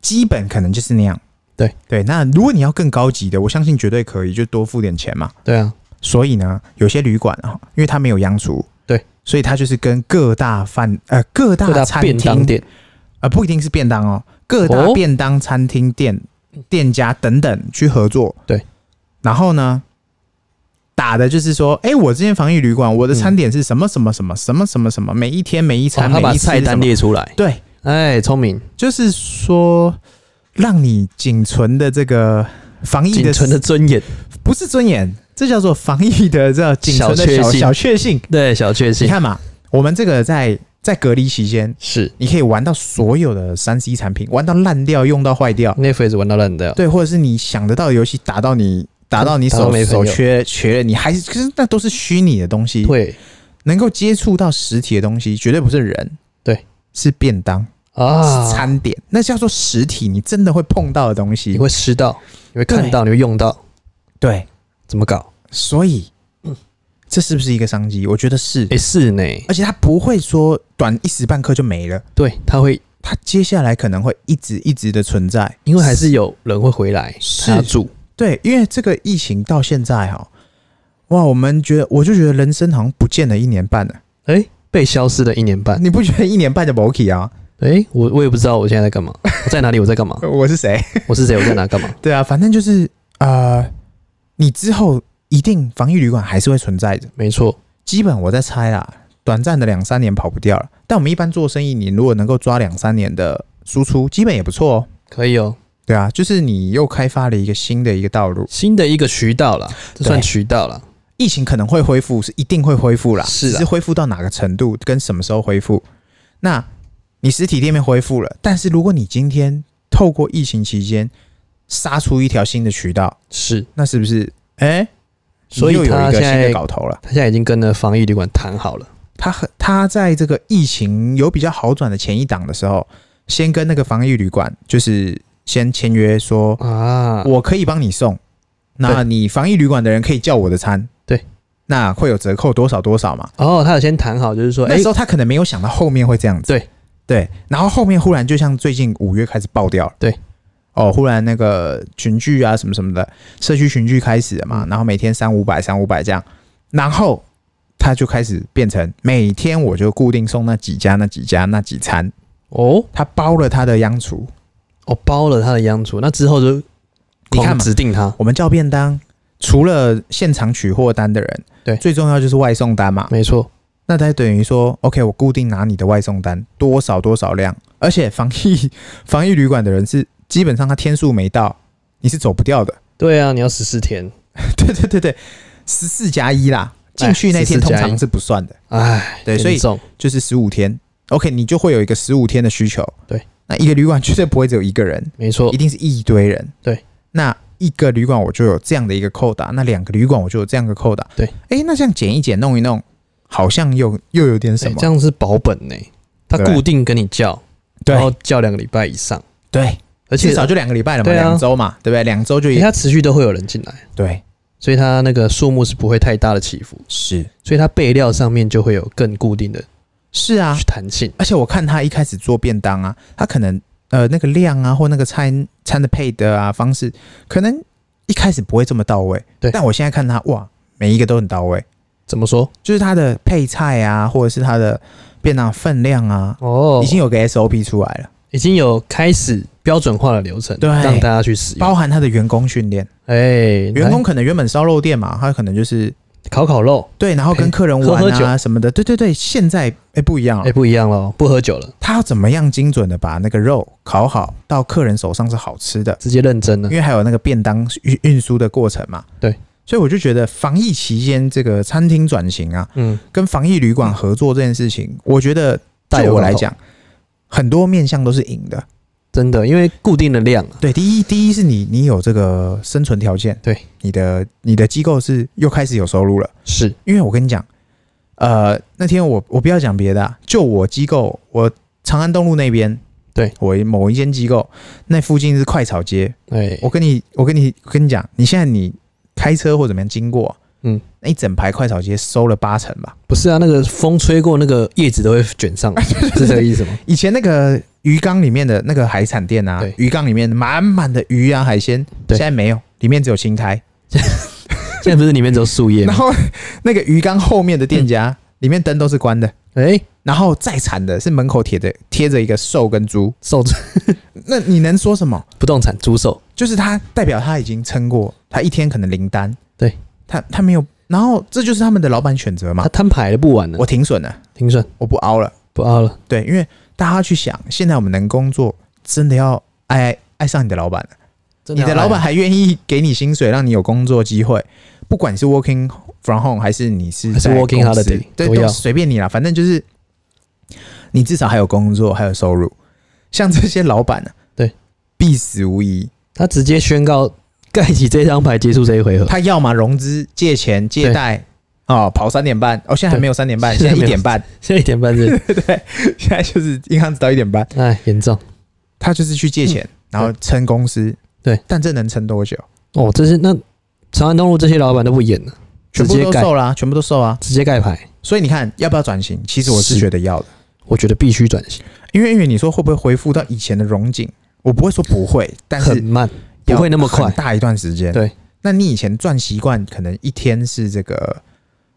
Speaker 1: 基本可能就是那样。
Speaker 2: 对
Speaker 1: 对，那如果你要更高级的，我相信绝对可以，就多付点钱嘛。
Speaker 2: 对啊，
Speaker 1: 所以呢，有些旅馆啊，因为它没有央厨，
Speaker 2: 对，
Speaker 1: 所以它就是跟各大饭呃各
Speaker 2: 各
Speaker 1: 大
Speaker 2: 大
Speaker 1: 餐
Speaker 2: 便当
Speaker 1: 厅
Speaker 2: 店
Speaker 1: 呃不一定是便当哦，各大
Speaker 2: 哦
Speaker 1: 便当餐厅店、店家等等去合作。
Speaker 2: 对，
Speaker 1: 然后呢，打的就是说，哎、我之前防疫旅馆
Speaker 2: 嗯
Speaker 1: 我的餐点是什么什么什么什么什么什么，每一天每一
Speaker 2: 哇
Speaker 1: 餐、
Speaker 2: 哦他
Speaker 1: 每
Speaker 2: 把
Speaker 1: 一次
Speaker 2: 菜单
Speaker 1: 什么
Speaker 2: 列出来，
Speaker 1: 对，
Speaker 2: 哎，聪明，
Speaker 1: 就是说让你仅存的这个防疫
Speaker 2: 仅
Speaker 1: 的
Speaker 2: 存的尊严，
Speaker 1: 不是尊严，这叫做防疫的这仅存的小
Speaker 2: 小确幸
Speaker 1: 小确幸。
Speaker 2: 对，小确
Speaker 1: 你
Speaker 2: 幸，
Speaker 1: 看嘛，我们这个在在隔离期间，
Speaker 2: 是
Speaker 1: 你可以玩到所有的三 C 产品，玩到烂掉，用到坏掉，
Speaker 2: Netflix 玩到烂掉，
Speaker 1: 对，或者是你想得到的游戏打到你打到你
Speaker 2: 打到
Speaker 1: 手
Speaker 2: 没朋
Speaker 1: 手
Speaker 2: 友
Speaker 1: 缺缺了，你还是可是那都是虚拟的东西，
Speaker 2: 会
Speaker 1: 能够接触到实体的东西，绝对不是人，
Speaker 2: 对，
Speaker 1: 是便当，是
Speaker 2: 啊，
Speaker 1: 餐点，那叫做实体，你真的会碰到的东
Speaker 2: 你
Speaker 1: 西，
Speaker 2: 会吃到，你会看
Speaker 1: 对
Speaker 2: 到，你会用到，
Speaker 1: 对，
Speaker 2: 怎么搞？
Speaker 1: 所以这是不是一个商机？我觉得是，
Speaker 2: 哎，是呢，
Speaker 1: 而且它不会说短一时半刻就没了，
Speaker 2: 对，他会，
Speaker 1: 它接下来可能会一直一直的存在，
Speaker 2: 因为还是有人会回来，
Speaker 1: 是
Speaker 2: 他要住，
Speaker 1: 对，因为这个疫情到现在哈、哇，我们觉得我就觉得人生好像不见了一年半了，啊
Speaker 2: 哎，被消失了一年半，
Speaker 1: 你不觉得一年半就 o k 啊？
Speaker 2: 哎，我我也不知道我现在在干嘛， 我在哪里，我在 干嘛，
Speaker 1: 我是谁？
Speaker 2: 我是谁，我在哪干嘛，
Speaker 1: 对啊，反正就是呃，你之后一定防疫旅馆还是会存在的，
Speaker 2: 没错，
Speaker 1: 基本我在猜啦，短暂的两三年跑不掉了。但我们一般做生意，你如果能够抓两三年的输出，基本也不错哦。
Speaker 2: 可以哦，
Speaker 1: 对啊，就是你又开发了一个新的一个道路，
Speaker 2: 新的一个渠道啦，这
Speaker 1: 对
Speaker 2: 算渠道啦，
Speaker 1: 疫情可能会恢复，是一定会恢复啦，
Speaker 2: 是啊
Speaker 1: 只是恢复到哪个程度，跟什么时候恢复。那你实体店面恢复了，但是如果你今天透过疫情期间杀出一条新的渠道，
Speaker 2: 是，
Speaker 1: 那是不是？哎、
Speaker 2: 所以
Speaker 1: 你又有
Speaker 2: 他
Speaker 1: 一个
Speaker 2: 现
Speaker 1: 新的
Speaker 2: 在
Speaker 1: 搞头了。
Speaker 2: 他现在已经跟那防疫旅馆谈好了，
Speaker 1: 他很他在这个疫情有比较好转的前一档的时候，先跟那个防疫旅馆就是先签约说，
Speaker 2: 啊，
Speaker 1: 我可以帮你送，那
Speaker 2: 对
Speaker 1: 你防疫旅馆的人可以叫我的餐，
Speaker 2: 对，
Speaker 1: 那会有折扣多少多少嘛？
Speaker 2: 哦，他有先谈好，就是说，
Speaker 1: 那
Speaker 2: 哎
Speaker 1: 时，候他可能没有想到后面会这样子，
Speaker 2: 对
Speaker 1: 对，然后后面忽然就像最近五月开始爆掉了，
Speaker 2: 对，
Speaker 1: 哦，忽然那个群聚啊什么什么的，社区群聚开始了
Speaker 2: 嗯
Speaker 1: 嘛，然后每天三五百三五百这样，然后他就开始变成每天我就固定送那几家那几家那几餐，
Speaker 2: 哦，
Speaker 1: 他包了他的央厨，
Speaker 2: 我包了他的央厨，那之后就
Speaker 1: 你看
Speaker 2: 狂
Speaker 1: 嘛
Speaker 2: 指定他，
Speaker 1: 我们叫便当，除了现场取货单的人，
Speaker 2: 对
Speaker 1: 最重要就是外送单嘛，
Speaker 2: 没错，
Speaker 1: 那它等于说，OK，我固定拿你的外送单多少多少量，而且防疫 防疫旅馆的人是基本上他天数没到，你是走不掉的。
Speaker 2: 对啊，你要十四天，
Speaker 1: 对对对对，十四加一啦，进去那天
Speaker 2: 哎14加
Speaker 1: 通
Speaker 2: 一
Speaker 1: 常是不算的，
Speaker 2: 哎，
Speaker 1: 对所以
Speaker 2: 严重
Speaker 1: 就是十五天。OK，你就会有一个十五天的需求。
Speaker 2: 对，
Speaker 1: 那一个旅馆绝对不会只有一个人，
Speaker 2: 没错
Speaker 1: 一，定是一堆人。
Speaker 2: 对，
Speaker 1: 那一个旅馆我就有这样的一个扣打，那两个旅馆我就有这样的扣打。
Speaker 2: 对，
Speaker 1: 哎、那这样减一减，弄一弄，好像又又有点什
Speaker 2: 哎
Speaker 1: 么
Speaker 2: 这，样是保本呢、它
Speaker 1: 对
Speaker 2: 固定跟你叫，
Speaker 1: 对
Speaker 2: 然后叫两个礼拜以上，
Speaker 1: 对，
Speaker 2: 而且
Speaker 1: 至少就两个礼拜了嘛，
Speaker 2: 对啊
Speaker 1: 两周嘛，对不对？两周就
Speaker 2: 因为它持续都会有人进来，
Speaker 1: 对，
Speaker 2: 所以它那个数目是不会太大的起伏，
Speaker 1: 是
Speaker 2: 所以它备料上面就会有更固定的
Speaker 1: 是啊，
Speaker 2: 弹性。
Speaker 1: 而且我看他一开始做便当啊，他可能呃那个量啊，或那个餐餐的配的啊方式，可能一开始不会这么到位。
Speaker 2: 对
Speaker 1: 但我现在看他哇，每一个都很到位，
Speaker 2: 怎么说？
Speaker 1: 就是他的配菜啊，或者是他的便当分量啊，
Speaker 2: 哦
Speaker 1: 已经有个 SOP 出来了，
Speaker 2: 已经有开始标准化的流程，
Speaker 1: 对
Speaker 2: 让大家去使用。
Speaker 1: 包含他的员工训练。
Speaker 2: 哎，
Speaker 1: 员工
Speaker 2: 来
Speaker 1: 可能原本烧肉店嘛，他可能就是
Speaker 2: 烤烤肉，
Speaker 1: 对，然后跟
Speaker 2: 陪
Speaker 1: 客人
Speaker 2: 喝
Speaker 1: 玩
Speaker 2: 喝
Speaker 1: 啊什么的。对对对，现在哎、不一样了
Speaker 2: 哎，，不一样了，不喝酒了，
Speaker 1: 他要怎么样精准的把那个肉烤好，到客人手上是好吃的，
Speaker 2: 直接认真了
Speaker 1: 因。为还有那个便当运运输的过程嘛。
Speaker 2: 嗯对，
Speaker 1: 所以我就觉得防疫期间这个餐厅转型啊，
Speaker 2: 嗯，
Speaker 1: 跟防疫旅馆合作这件事情，我觉得
Speaker 2: 大有
Speaker 1: 对我
Speaker 2: 来
Speaker 1: 来
Speaker 2: 头
Speaker 1: 讲，很多面向都是赢的。
Speaker 2: 真的，因为固定的量啊，
Speaker 1: 对，第一，第一是你你有这个生存条件，
Speaker 2: 对，
Speaker 1: 你的你的机构是又开始有收入了，
Speaker 2: 是
Speaker 1: 因为我跟你讲，呃，那天我我不要讲别的、啊，就我机构，我长安东路那边，
Speaker 2: 对
Speaker 1: 我某一间机构，那附近是快炒街，
Speaker 2: 哎，
Speaker 1: 我跟你，我跟你，我跟你讲，你现在你开车或怎么样经过，
Speaker 2: 嗯，
Speaker 1: 那一整排快炒街收了八成吧。
Speaker 2: 不是啊，那个风吹过，那个叶子都会卷 上来，是这个意思吗？
Speaker 1: 以前那个鱼缸里面的那个海产店啊
Speaker 2: 对，
Speaker 1: 鱼缸里面满满的鱼啊海鲜，
Speaker 2: 对
Speaker 1: 现在没有，里面只有青苔。
Speaker 2: 现在不是里面只有树叶
Speaker 1: 然
Speaker 2: 吗？
Speaker 1: 后那个鱼缸后面的店家，里面灯都是关的。
Speaker 2: 哎，
Speaker 1: 然后再惨的是门口贴的贴着一个兽跟猪，
Speaker 2: 受
Speaker 1: 那你能说什么？
Speaker 2: 不动产租售，
Speaker 1: 就是他代表他已经撑过，他一天可能零单，
Speaker 2: 对
Speaker 1: 他他没有，然后这就是他们的老板选择嘛
Speaker 2: 他。摊牌了不玩了
Speaker 1: 我，停损了，
Speaker 2: 停损
Speaker 1: 我不熬了。
Speaker 2: 不凹了，
Speaker 1: 对，因为大家去想，现在我们能工作，真的要爱爱上你的老板了，
Speaker 2: 真
Speaker 1: 你的啊哎老板
Speaker 2: 还
Speaker 1: 还愿意给你薪水，让你有工作机会，不管你是 working from home 还是你是
Speaker 2: 还是
Speaker 1: 在
Speaker 2: working
Speaker 1: 公司
Speaker 2: holiday，
Speaker 1: 对，
Speaker 2: 都要
Speaker 1: 都随便你啦，反正就是你至少还有工作，还有收入。像这些老板呢、啊
Speaker 2: 对，
Speaker 1: 必死无疑。
Speaker 2: 他直接宣告盖起这张牌结束这 一回合，
Speaker 1: 他要么融资借钱借
Speaker 2: 对
Speaker 1: 贷。哦，跑三点半，哦，现在还没有三点半，
Speaker 2: 现
Speaker 1: 现
Speaker 2: 在
Speaker 1: 在
Speaker 2: 没
Speaker 1: 一
Speaker 2: 有
Speaker 1: 点半，
Speaker 2: 现在一点半是，
Speaker 1: 现在就是银行只到一点半，
Speaker 2: 哎，严重。
Speaker 1: 他就是去借钱，然后撑公司。
Speaker 2: 对，
Speaker 1: 但这能撑多久？
Speaker 2: 哦，这是那长安东路这些老板都不演了，
Speaker 1: 全
Speaker 2: 直
Speaker 1: 部
Speaker 2: 接
Speaker 1: 都
Speaker 2: 盖
Speaker 1: 瘦啦、全部都瘦啊。
Speaker 2: 直接盖牌，
Speaker 1: 所以你看，要不要转型？其实我是
Speaker 2: 是
Speaker 1: 觉得要的，
Speaker 2: 我觉得必须转型，
Speaker 1: 因为因为你说会不会恢复到以前的荣景？我不会说不会，但
Speaker 2: 很
Speaker 1: 是
Speaker 2: 慢，
Speaker 1: 要
Speaker 2: 不会那么
Speaker 1: 很
Speaker 2: 快。
Speaker 1: 大一段时间。
Speaker 2: 对，
Speaker 1: 那你以前赚习惯，可能一天是这个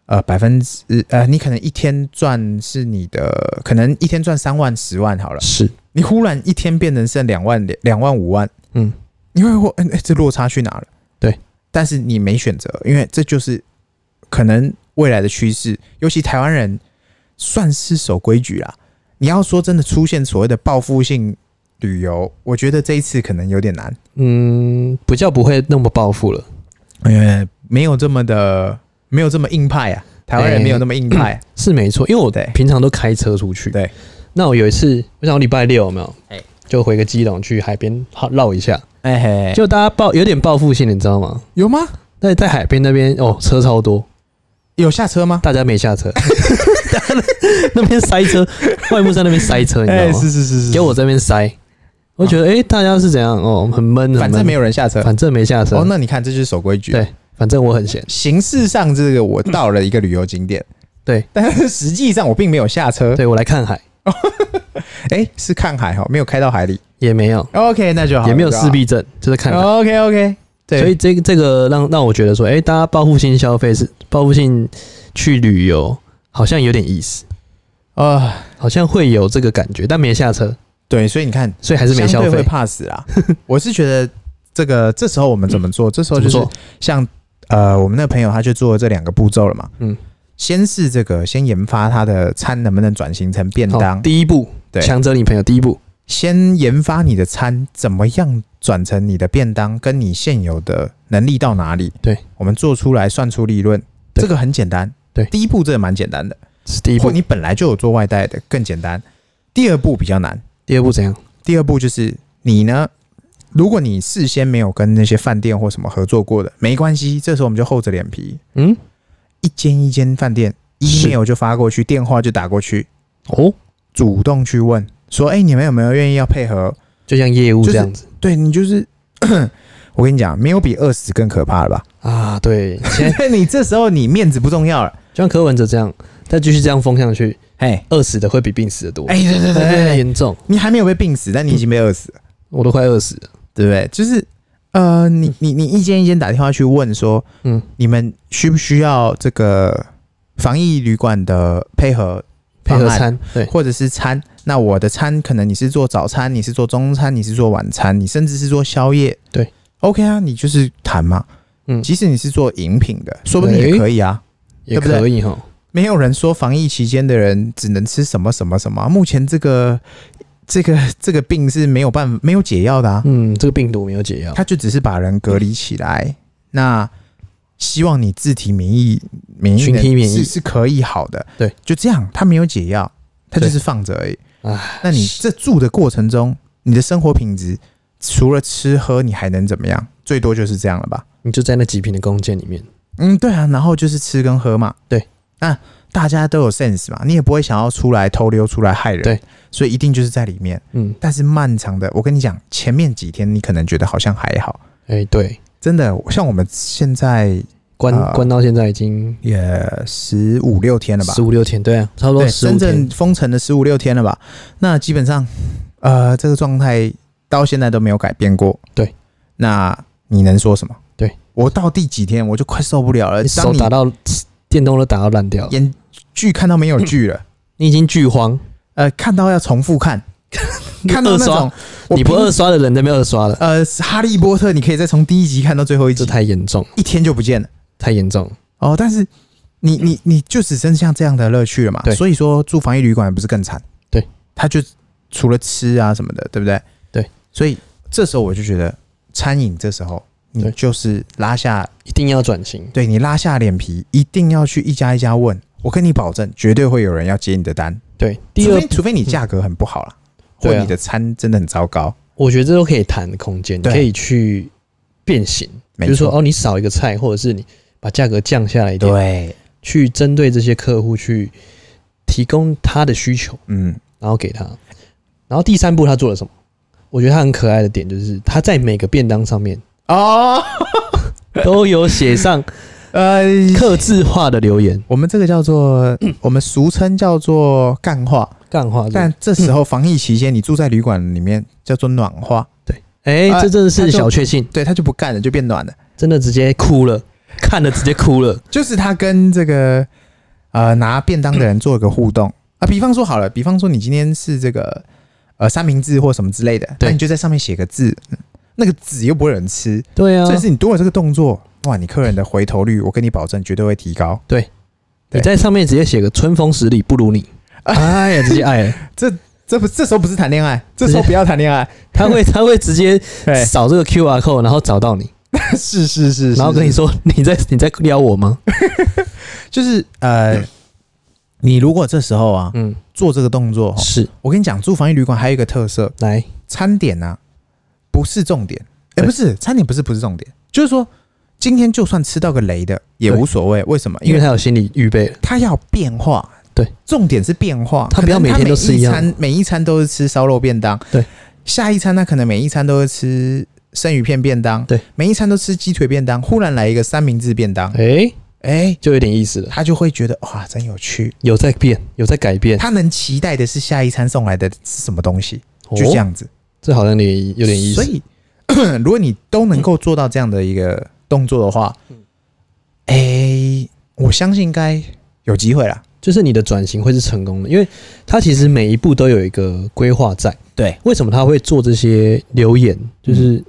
Speaker 1: 呃百分之呃，你可能一天赚是你的，可能一天赚三万、十万好了，
Speaker 2: 是，
Speaker 1: 你忽然一天变成剩两万、两万五万，
Speaker 2: 嗯，
Speaker 1: 你会问，哎、哎这落差去哪了？
Speaker 2: 对，
Speaker 1: 但是你没选择，因为这就是可能未来的趋势，尤其台湾人算是守规矩啦。你要说真的出现所谓的报复性旅游，我觉得这一次可能有点难，
Speaker 2: 嗯，不叫不会那么报复了，
Speaker 1: 因为没有这么的，没有这么硬派啊，台湾人
Speaker 2: 哎
Speaker 1: 没有那么硬派、啊
Speaker 2: 是没错，因为我
Speaker 1: 对
Speaker 2: 平常都开车出去。
Speaker 1: 对，
Speaker 2: 那我有一次，我想我礼拜六有没有？
Speaker 1: 哎
Speaker 2: 就回个基隆去海边绕绕一下，
Speaker 1: 哎、嘿，
Speaker 2: 就大家报有点报复性，你知道吗？
Speaker 1: 有吗？
Speaker 2: 在在海边那边哦，车超多，
Speaker 1: 有下车吗？
Speaker 2: 大家 没下车，大家那那边塞车，外木山那边塞车，你知道吗？
Speaker 1: 哎是是哦
Speaker 2: 给我这边塞，我觉得哎、大家是怎样哦，很闷，很
Speaker 1: 反正
Speaker 2: 闷
Speaker 1: 没有人下车。
Speaker 2: 反正没下车，
Speaker 1: 哦，那你看，这就是守规矩。
Speaker 2: 对反正我很闲，
Speaker 1: 形式上这个我到了一个旅游景 点，
Speaker 2: 对，
Speaker 1: 但是实际上我并没有下车，
Speaker 2: 对我来看海
Speaker 1: 哎，是看海哈，没有开到海里。
Speaker 2: 也没有，
Speaker 1: OK，那就好，
Speaker 2: 也没有自闭症，就是看海。
Speaker 1: OK OK，对，
Speaker 2: 所以这个这个让让我觉得说，哎、大家报复性消费是报复性去旅游，好像有点意思，
Speaker 1: 啊、
Speaker 2: 好像会有这个感觉，但没下车，
Speaker 1: 对，所以你看，
Speaker 2: 所以还是没消
Speaker 1: 相对会
Speaker 2: 费。
Speaker 1: 怕死啦。我是觉得这个这时候我们怎么做？这时候就
Speaker 2: 怎
Speaker 1: 是
Speaker 2: 么做
Speaker 1: 像呃，我们那个朋友他就做了这两个步骤了嘛。
Speaker 2: 嗯，
Speaker 1: 先是这个先研发他的餐能不能转型成便
Speaker 2: 好，
Speaker 1: 当，
Speaker 2: 第一步，
Speaker 1: 对
Speaker 2: 强者你朋友第一步，
Speaker 1: 先研发你的餐怎么样转成你的便当，跟你现有的能力到哪里？
Speaker 2: 对，
Speaker 1: 我们做出来算出利润，
Speaker 2: 对
Speaker 1: 这个很简单。
Speaker 2: 对
Speaker 1: 第一步这个蛮简单的，
Speaker 2: 是第一
Speaker 1: 或
Speaker 2: 步。
Speaker 1: 你本来就有做外带的更简单。第二步比较难，
Speaker 2: 第二步怎样？
Speaker 1: 第二步就是你呢，如果你事先没有跟那些饭店或什么合作过的，没关系，这时候我们就厚着脸皮
Speaker 2: 嗯，
Speaker 1: 一间一间饭店。
Speaker 2: 是
Speaker 1: ，email 就发过去，电话就打过去，
Speaker 2: 哦，
Speaker 1: 主动去问说，哎、你们有没有愿意要配合？
Speaker 2: 就像业务这样子、
Speaker 1: 对你就是， 我跟你讲，没有比饿死更可怕了吧？
Speaker 2: 啊，对， 现在
Speaker 1: 你这时候你面子不重要了，
Speaker 2: 就像柯文哲这样，再继续这样疯下去，
Speaker 1: 哎
Speaker 2: 饿死的会比病死的多，
Speaker 1: 哎、对对对对
Speaker 2: 哎
Speaker 1: 对，
Speaker 2: 严重，
Speaker 1: 你还没有被病死，但你已经被饿死了，
Speaker 2: 我都快饿死了。
Speaker 1: 对不对？就是呃，你你你一间一间打电话去问说，
Speaker 2: 嗯，
Speaker 1: 你们需不需要这个防疫旅馆的配合
Speaker 2: 配合
Speaker 1: 方案
Speaker 2: 餐，对，
Speaker 1: 或者是餐。那我的餐可能你是做早餐，你是做中餐，你是做晚餐，你甚至是做宵夜。
Speaker 2: 对
Speaker 1: ，OK 啊，你就是谈嘛。
Speaker 2: 嗯
Speaker 1: 即使你是做饮品的，说不定也
Speaker 2: 诶
Speaker 1: 可以啊。
Speaker 2: 也
Speaker 1: 对不对
Speaker 2: 可以哈。
Speaker 1: 没有人说防疫期间的人只能吃什么什么什么啊。目前这个这个这个病是没有办法没有解药的啊，
Speaker 2: 嗯，这个病毒没有解药，
Speaker 1: 他就只是把人隔离起来。那希望你自体免疫免疫
Speaker 2: 群体
Speaker 1: 能
Speaker 2: 免疫
Speaker 1: 是是可以好的。
Speaker 2: 对，
Speaker 1: 就这样，他没有解药，他就
Speaker 2: 对
Speaker 1: 是放着而已。
Speaker 2: 唉，
Speaker 1: 那你这住的过程中，你的生活品质除了吃喝，你还能怎么样？最多就是这样了吧？
Speaker 2: 你就在那几瓶的弓箭里面，
Speaker 1: 嗯，对啊，然后就是吃跟喝嘛。
Speaker 2: 对，
Speaker 1: 那大家都有 sense 嘛，你也不会想要出来偷溜出来害人。
Speaker 2: 对，
Speaker 1: 所以一定就是在里面。
Speaker 2: 嗯，
Speaker 1: 但是漫长的，我跟你讲，前面几天你可能觉得好像还好，
Speaker 2: 哎、对，
Speaker 1: 真的，像我们现在
Speaker 2: 关、
Speaker 1: 啊
Speaker 2: 关到现在已经
Speaker 1: 也十五六天了吧
Speaker 2: 十？五六天，对啊，差不多
Speaker 1: 对，
Speaker 2: 十五
Speaker 1: 深
Speaker 2: 天
Speaker 1: 圳，封城的十五六天了吧？那基本上，呃，这个状态到现在都没有改变过。
Speaker 2: 对，
Speaker 1: 那你能说什么？
Speaker 2: 对
Speaker 1: 我到第几天我就快受不了了。
Speaker 2: 你手
Speaker 1: 呃当你
Speaker 2: 打到电动都打到烂掉了，
Speaker 1: 眼剧看到没有剧了，
Speaker 2: 你已经剧荒，
Speaker 1: 呃，看到要重复看，看到
Speaker 2: 二
Speaker 1: 那
Speaker 2: 刷
Speaker 1: 种，我
Speaker 2: 你不
Speaker 1: 平
Speaker 2: 二刷的人都没有二刷了，
Speaker 1: 呃，哈利波特你可以再从第一集看到最后一
Speaker 2: 这
Speaker 1: 集，
Speaker 2: 太严重，
Speaker 1: 一天就不见了。
Speaker 2: 太严重了，
Speaker 1: 哦，但是你你你就只剩下这样的乐趣了嘛？
Speaker 2: 对
Speaker 1: 所以说住防疫旅馆不是更惨？
Speaker 2: 对，
Speaker 1: 他就除了吃啊什么的，对不对？
Speaker 2: 对，
Speaker 1: 所以这时候我就觉得餐饮这时候你
Speaker 2: 对
Speaker 1: 就是拉下，
Speaker 2: 一定要转型，
Speaker 1: 对你拉下脸皮，一定要去一家一家问。我跟你保证，绝对会有人要接你的单，
Speaker 2: 对，第
Speaker 1: 除
Speaker 2: 二嗯
Speaker 1: 非，除非你价格很不好啦，
Speaker 2: 对
Speaker 1: 或
Speaker 2: 啊
Speaker 1: 你的餐真的很糟糕。
Speaker 2: 我觉得这都可以谈的空间，你
Speaker 1: 对
Speaker 2: 可以去变形，比
Speaker 1: 没
Speaker 2: 如说
Speaker 1: 错
Speaker 2: 哦，你少一个菜，或者是你把价格降下来一点，
Speaker 1: 对，
Speaker 2: 去针对这些客户去提供他的需求，
Speaker 1: 嗯，
Speaker 2: 然后给他。然后第三步他做了什么？我觉得他很可爱的点就是他在每个便当上面
Speaker 1: 哦，
Speaker 2: 都有写上
Speaker 1: 呃，
Speaker 2: 刻字化的留言，
Speaker 1: 我们这个叫 做，我们俗称叫做干话。
Speaker 2: 干话这种。
Speaker 1: 但这时候防疫期间，你住在旅馆里面叫做暖化，
Speaker 2: 哎、
Speaker 1: 哎
Speaker 2: 这真的
Speaker 1: 他
Speaker 2: 是
Speaker 1: 就
Speaker 2: 小确幸，
Speaker 1: 对，它就不干了，就变暖了。
Speaker 2: 真的直接哭了，看了直接哭了。
Speaker 1: 就是它跟这个呃拿便当的人做一个互动啊，比方说好了，比方说你今天是这个呃三明治或什么之类的，
Speaker 2: 对
Speaker 1: 那你就在上面写个字，嗯那个字又不会有人吃，
Speaker 2: 对啊
Speaker 1: 所，以是你多了这个动作，哇，你客人的回头率，我跟你保证绝对会提高。
Speaker 2: 你在上面直接写个“春风十里不如你”，哎呀，直接爱了。
Speaker 1: 这不这时候不是谈恋爱， 这时候不要谈恋爱，
Speaker 2: 他会他会直接
Speaker 1: 对，
Speaker 2: 扫这个 Q R code，然后找到你，
Speaker 1: 是是是，
Speaker 2: 然后跟你
Speaker 1: 说，
Speaker 2: 说你在你在撩我吗？
Speaker 1: 就是呃，你如果这时候啊
Speaker 2: 嗯，
Speaker 1: 做这个动作哦，
Speaker 2: 是
Speaker 1: 我跟你讲，住防疫旅馆还有一个特色，
Speaker 2: 来
Speaker 1: 餐点啊不是重点，哎、
Speaker 2: 对
Speaker 1: 不是餐点不是不是重点，就是说今天就算吃到个雷的也
Speaker 2: 对
Speaker 1: 无所谓，为什么？
Speaker 2: 因
Speaker 1: 因
Speaker 2: 为
Speaker 1: 为
Speaker 2: 他有心理预备了，
Speaker 1: 它要变化，
Speaker 2: 对，
Speaker 1: 重点是变化，
Speaker 2: 它不要
Speaker 1: 可能
Speaker 2: 每天都吃一样
Speaker 1: 每餐，每一餐都是吃烧肉便当，
Speaker 2: 对，
Speaker 1: 下一餐他可能每一餐都是吃生鱼片便当，
Speaker 2: 对，
Speaker 1: 每一餐都吃鸡腿便当，忽然来一个三明治便当，哎、
Speaker 2: 哎、就有点意思了。
Speaker 1: 他就会觉得哇，真有趣。
Speaker 2: 有在变，有在改变，
Speaker 1: 他能期待的是下一餐送来的是什么东西，就这
Speaker 2: 哦，
Speaker 1: 样子。
Speaker 2: 这好像有点有点意
Speaker 1: 所
Speaker 2: 思。
Speaker 1: 以， 如果你都能够做到这样的一个动作的话，
Speaker 2: 嗯
Speaker 1: 哎、我相信应该有机会啦。
Speaker 2: 就是你的转型会是成功的，因为它其实每一步都有一个规划在。
Speaker 1: 对，
Speaker 2: 为什么他会做这些留言？就是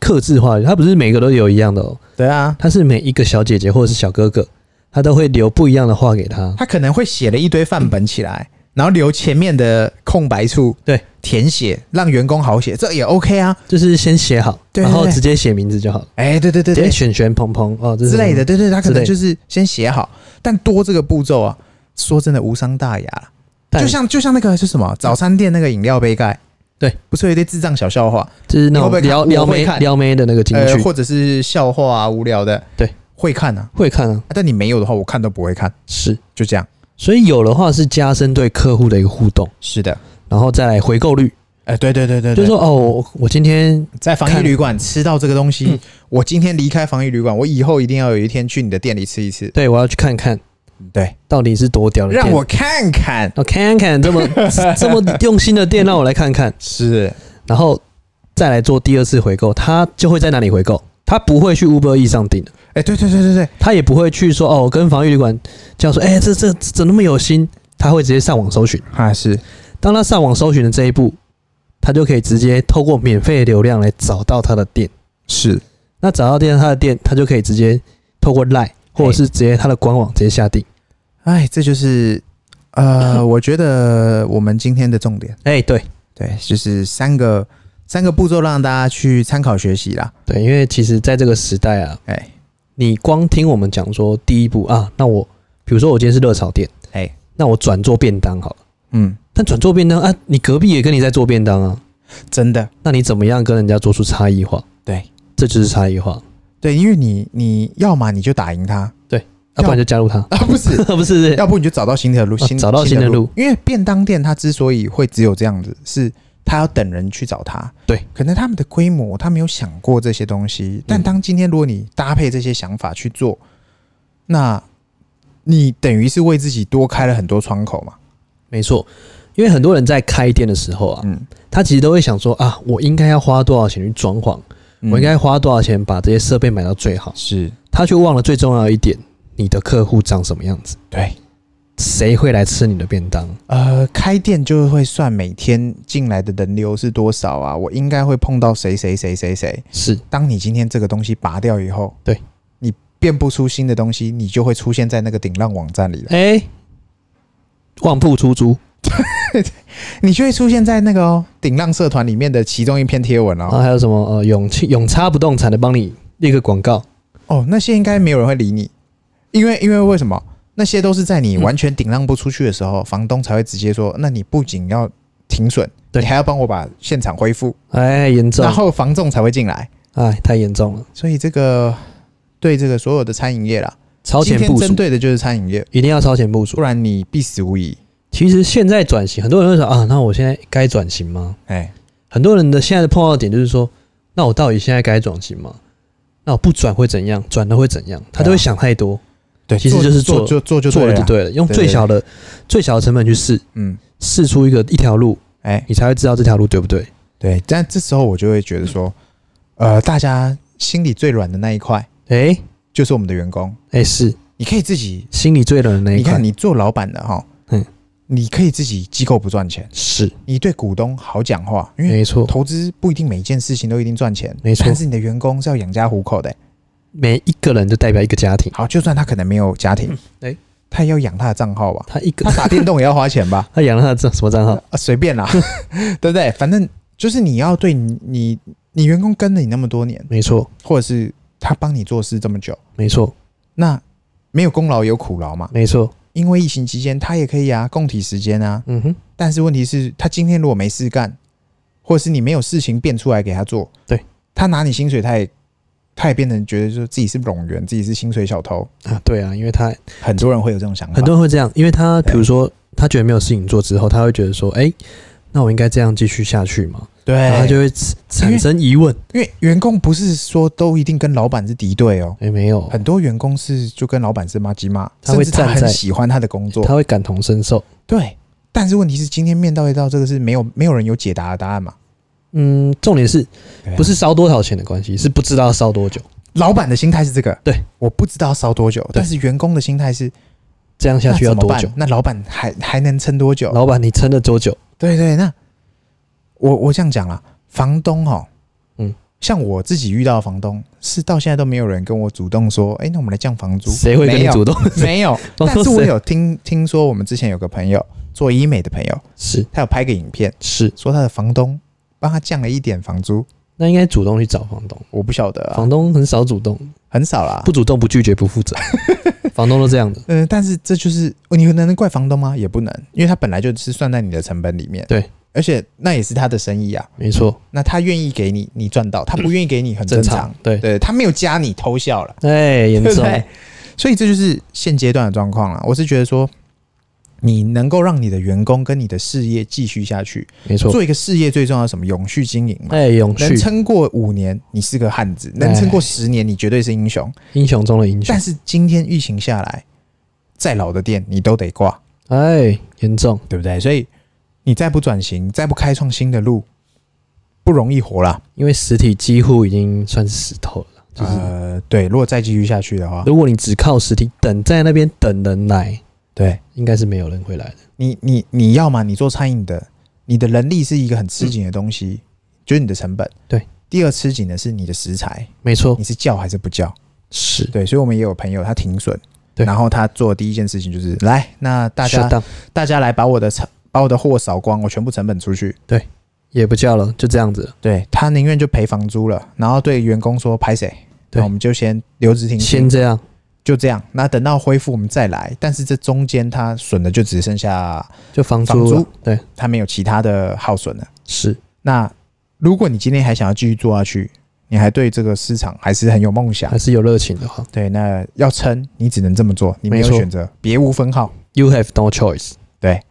Speaker 2: 克制化，他不是每个都有一样的哦，
Speaker 1: 对啊，
Speaker 2: 他是每一个小姐姐或者是小哥哥，他都会留不一样的话给他。
Speaker 1: 他可能会写了一堆范本起来，然后留前面的空白处，
Speaker 2: 对，
Speaker 1: 填写让员工好写，这也 OK 啊。
Speaker 2: 就是先写好，
Speaker 1: 对
Speaker 2: 然后
Speaker 1: 对对
Speaker 2: 直接写名字就好了，
Speaker 1: 哎、对对对
Speaker 2: 直接
Speaker 1: 对，
Speaker 2: 选选鹏鹏哦这是
Speaker 1: 之类
Speaker 2: 什
Speaker 1: 的，
Speaker 2: 么
Speaker 1: 对对，他可
Speaker 2: 之类
Speaker 1: 能
Speaker 2: 的
Speaker 1: 就是先写好，但多这个步骤啊，说真的无伤大雅啦。
Speaker 2: 但
Speaker 1: 就像就像那个是什么早餐店那个饮料杯盖，
Speaker 2: 对，
Speaker 1: 不是有一堆智障小笑话，
Speaker 2: 就是那
Speaker 1: 你会不
Speaker 2: 种
Speaker 1: 会看
Speaker 2: 撩
Speaker 1: 我
Speaker 2: 撩
Speaker 1: 会
Speaker 2: 妹
Speaker 1: 看
Speaker 2: 撩妹的那个进
Speaker 1: 呃，
Speaker 2: 去，
Speaker 1: 或者是笑话啊无聊的，
Speaker 2: 对，
Speaker 1: 会看啊。
Speaker 2: 会看啊，
Speaker 1: 啊但你没有的话，我看都不会看，
Speaker 2: 是
Speaker 1: 就这样。
Speaker 2: 所以有的话是加深对客户的一个互动，
Speaker 1: 是的，
Speaker 2: 然后再来回购率，
Speaker 1: 哎、对对对对
Speaker 2: 就
Speaker 1: 对，
Speaker 2: 是说哦，我我今天
Speaker 1: 在防疫
Speaker 2: 看
Speaker 1: 旅馆吃到这个东西，我今天离开防疫旅馆，我以后一定要有一天去你的店里吃一次，
Speaker 2: 对我要去看看
Speaker 1: 对，
Speaker 2: 到底是多屌的店，
Speaker 1: 让我看看，
Speaker 2: 我看 看这么这么用心的店，让我来看看，
Speaker 1: 是
Speaker 2: 然后再来做第二次回购，他就会在哪里回购？他不会去 Uber E 上订的，
Speaker 1: 哎、对对对对对，
Speaker 2: 他也不会去说哦，跟防疫旅馆叫说，哎、这这这怎么那么有心？他会直接上网搜寻。
Speaker 1: 啊是，
Speaker 2: 当他上网搜寻的这一步，他就可以直接透过免费的流量来找到他的店。
Speaker 1: 是
Speaker 2: 那找到店他的店，他就可以直接透过 Line 或者是直接他的官网直接下定。
Speaker 1: 哎，这就是呃， 我觉得我们今天的重点，
Speaker 2: 哎、对
Speaker 1: 对，就是三个三个步骤让大家去参考学习啦。
Speaker 2: 对，因为其实在这个时代啊，
Speaker 1: 哎
Speaker 2: 你光听我们讲说第一步啊，那我比如说我今天是热炒店，
Speaker 1: 哎，
Speaker 2: 那我转做便当好了。
Speaker 1: 嗯，
Speaker 2: 但转做便当啊，你隔壁也跟你在做便当啊，
Speaker 1: 真的，
Speaker 2: 那你怎么样跟人家做出差异化？
Speaker 1: 对
Speaker 2: 这就是差异化，
Speaker 1: 对，因为你你要嘛你就打赢他
Speaker 2: 要、不然就加入他，，
Speaker 1: 啊，不是
Speaker 2: 不是？
Speaker 1: 要不你就找到新的路，
Speaker 2: 啊
Speaker 1: 新、
Speaker 2: 找到新的路
Speaker 1: 因为便当店它之所以会只有这样子，是它要等人去找它。
Speaker 2: 对，嗯
Speaker 1: 可能他们的规模，他没有想过这些东西。但当今天如果你搭配这些想法去做，那你等于是为自己多开了很多窗口嘛。
Speaker 2: 没错，因为很多人在开店的时候啊，
Speaker 1: 嗯，
Speaker 2: 他其实都会想说啊，我应该要花多少钱去装潢，
Speaker 1: 嗯
Speaker 2: 我应该花多少钱把这些设备买到最好，
Speaker 1: 是
Speaker 2: 他却忘了最重要的一点，你的客户长什么样子，
Speaker 1: 对。
Speaker 2: 谁会来吃你的便当？
Speaker 1: 呃，开店就会算每天进来的人流是多少啊？我应该会碰到谁谁谁谁谁。
Speaker 2: 是
Speaker 1: 当你今天这个东西拔掉以后，
Speaker 2: 对
Speaker 1: 你变不出新的东西，你就会出现在那个顶浪网站里 了。
Speaker 2: 哎、旺铺出租
Speaker 1: 你就会出现在那个哦顶浪社团里面的其中一篇贴文
Speaker 2: 然
Speaker 1: 哦。
Speaker 2: 后还有什么呃永庆永差不动产的帮你列个广告，
Speaker 1: 哦，那些应该没有人会理你，因为因为为什么？那些都是在
Speaker 2: 嗯
Speaker 1: 你完全顶浪不出去的时候，房东才会直接说：那你不仅要停损，
Speaker 2: 对
Speaker 1: 你还要帮我把现场恢复，
Speaker 2: 哎，严重
Speaker 1: 然，后房仲才会进来。
Speaker 2: 哎，太严重了，
Speaker 1: 所以这个对这个所有的餐饮业啦，
Speaker 2: 超
Speaker 1: 今
Speaker 2: 前
Speaker 1: 天
Speaker 2: 部署
Speaker 1: 针，对的就是餐饮业，
Speaker 2: 一定要超前部署
Speaker 1: 不。然你必死无疑。
Speaker 2: 其实现在转型，很多人会说啊，那我现在该转型吗？
Speaker 1: 哎，
Speaker 2: 很多人的现在的碰到的点就是说，那我到底现在该转型吗？那我不转会怎样？转了会怎样？他都会想太多，
Speaker 1: 对，
Speaker 2: 其实就是做
Speaker 1: 做做啊就
Speaker 2: 做
Speaker 1: 对
Speaker 2: 了
Speaker 1: 了
Speaker 2: 就
Speaker 1: 啦，
Speaker 2: 对了，用
Speaker 1: 对
Speaker 2: 最小的最小的成本去试，
Speaker 1: 嗯，
Speaker 2: 试出一个一条路，
Speaker 1: 哎，
Speaker 2: 你才会知道这条路对不对。
Speaker 1: 对，但这时候我就会觉得说，呃，大家心里最软的那一块
Speaker 2: 诶
Speaker 1: 就是我们的员工，
Speaker 2: 诶，哎是
Speaker 1: 你可以自己，
Speaker 2: 心里最冷的那一
Speaker 1: 你
Speaker 2: 块
Speaker 1: 看，你做老板的哈，
Speaker 2: 嗯，
Speaker 1: 你可以自己机构不赚钱，
Speaker 2: 是
Speaker 1: 你对股东好讲话，因为
Speaker 2: 没错，
Speaker 1: 投资不一定每一件事情都一定赚钱，
Speaker 2: 没错
Speaker 1: 但是你的员工是要养家糊口的、欸
Speaker 2: 每一个人就代表一个家庭，
Speaker 1: 好，就算他可能没有家庭，
Speaker 2: 哎
Speaker 1: 他也要养他的账号吧，
Speaker 2: 他一个
Speaker 1: 他打电动也要花钱吧，
Speaker 2: 他养了他的账什么账号？
Speaker 1: 啊，随便 啦，对不对？反正就是你要对你你你员工跟了你那么多年，
Speaker 2: 没错，
Speaker 1: 或者是他帮你做事这么久。
Speaker 2: 没错，
Speaker 1: 那没有功劳也有苦劳嘛，
Speaker 2: 没错。
Speaker 1: 因为疫情期间他也可以啊，供体时间啊。
Speaker 2: 嗯哼，
Speaker 1: 但是问题是，他今天如果没事干，或者是你没有事情变出来给他做，
Speaker 2: 对
Speaker 1: 他拿你薪水，他也他也变成觉得说自己是冗员，自己是薪水小偷。
Speaker 2: 啊，对啊，因为他
Speaker 1: 很多人会有这种想法，
Speaker 2: 很多人会这样，因为他
Speaker 1: 对啊
Speaker 2: 比如说他觉得没有事情做之后，他会觉得说，哎、那我应该这样继续下去吗？
Speaker 1: 对
Speaker 2: 然后他就会产产生疑问，
Speaker 1: 因为员工不是说都一定跟老板是敌对哦，
Speaker 2: 哎、没有，
Speaker 1: 很多员工是就跟老板是妈鸡骂，
Speaker 2: 他会
Speaker 1: 甚至他
Speaker 2: 站在
Speaker 1: 很喜欢他的工作，
Speaker 2: 他会感同身受。
Speaker 1: 对。但是问题是，今天面到一道这个是没有没有人有解答的答案嘛？
Speaker 2: 嗯，重点是
Speaker 1: 对啊
Speaker 2: 不是烧多少钱的关系，是不知道烧多久，
Speaker 1: 老板的心态是这个，
Speaker 2: 对，
Speaker 1: 我不知道烧多久，但是员工的心态是
Speaker 2: 这样下去
Speaker 1: 那
Speaker 2: 要
Speaker 1: 怎么
Speaker 2: 多
Speaker 1: 办
Speaker 2: 久？
Speaker 1: 那老板还还能撑多久？
Speaker 2: 老板，你撑了多久？
Speaker 1: 对对，那我我这样讲啦，房东哈，
Speaker 2: 嗯，
Speaker 1: 像我自己遇到的房东是到现在都没有人跟我主动说，哎、那我们来降房租，
Speaker 2: 谁会跟你主动？
Speaker 1: 没 有，
Speaker 2: 房东
Speaker 1: 但是我
Speaker 2: 谁
Speaker 1: 有听听说，我们之前有个朋友做医美的朋友，
Speaker 2: 是
Speaker 1: 他有拍个影片，
Speaker 2: 是，
Speaker 1: 说他的房东帮他降了一点房租，
Speaker 2: 那应该主动去找房东，
Speaker 1: 我不晓得啊，
Speaker 2: 房东很少主动，
Speaker 1: 很少啦
Speaker 3: 啊
Speaker 2: 不。主动不拒绝不 负责，房东都这样的。
Speaker 1: 嗯，但是这就是你能怪房东吗？也不能，因为他本来就是算在你的成本里面。
Speaker 2: 对，
Speaker 1: 而且那也是他的生意啊。
Speaker 2: 没错，
Speaker 1: 那他愿意给你，你赚到；他不愿意给你，很
Speaker 2: 正
Speaker 1: 正
Speaker 2: 常
Speaker 1: 常。，
Speaker 2: 对，
Speaker 1: 对他没有加你偷笑了，
Speaker 2: 哎，严
Speaker 1: 对不
Speaker 2: 重，
Speaker 1: 对？所以这就是现阶段的状况了。我是觉得说，
Speaker 3: 你能够让你的员工跟你的事业继续下去。
Speaker 2: 没错，
Speaker 3: 做一个事业最重要的是什么？永续经营嘛。
Speaker 2: 哎，永
Speaker 3: 能
Speaker 2: 续
Speaker 3: 撑过五年，你是个汉子；能撑过十年，你绝对是英雄。
Speaker 2: 英雄中的哎英雄
Speaker 3: 但，是今天疫情下来，再老的店你都得挂，
Speaker 2: 哎，严重，
Speaker 3: 对不对？所以你再不转型，再不开创新的路，不容易活啦。
Speaker 2: 因为实体几乎已经算是死透了，就是
Speaker 3: 呃，对，如果再继续下去的话，
Speaker 2: 如果你只靠实体等在那边等人来，
Speaker 3: 对
Speaker 2: 应该是没有人会来的。
Speaker 3: 你，你你要嘛，你做餐饮的，你的人力是一个很吃紧的东西，就是你的成本。
Speaker 2: 嗯对，哦
Speaker 3: 第二吃紧的是你的食材，
Speaker 2: 没错
Speaker 3: 你，是叫还是不叫？
Speaker 2: 是
Speaker 3: 对，所以我们也有朋友他停损，
Speaker 2: 对
Speaker 3: 然后他做的第一件事情就是来，那大家
Speaker 2: Shut down，
Speaker 3: 大家来把我的成把我的货扫光，我全部成本出去。
Speaker 2: 也不叫了，就这样子了，
Speaker 3: 对他宁愿就赔房租了，然后对员工说拍谁，
Speaker 2: 对
Speaker 3: 那我们就先留职停薪
Speaker 2: 先，这样，
Speaker 3: 就这样。那等到恢复我们再来，但是这中间他损的就只剩下
Speaker 2: 就房租
Speaker 3: 房租
Speaker 2: 了对，
Speaker 3: 他没有其他的耗损了。
Speaker 2: 是
Speaker 3: 那如果你今天还想要继续做下去，你还对这个市场还是很有梦想
Speaker 2: 还，是有热情的话
Speaker 3: 对，那要撑你只能这么做，你没有
Speaker 2: 没错
Speaker 3: 选择，别无分号。
Speaker 2: ，You have no choice。
Speaker 3: 对，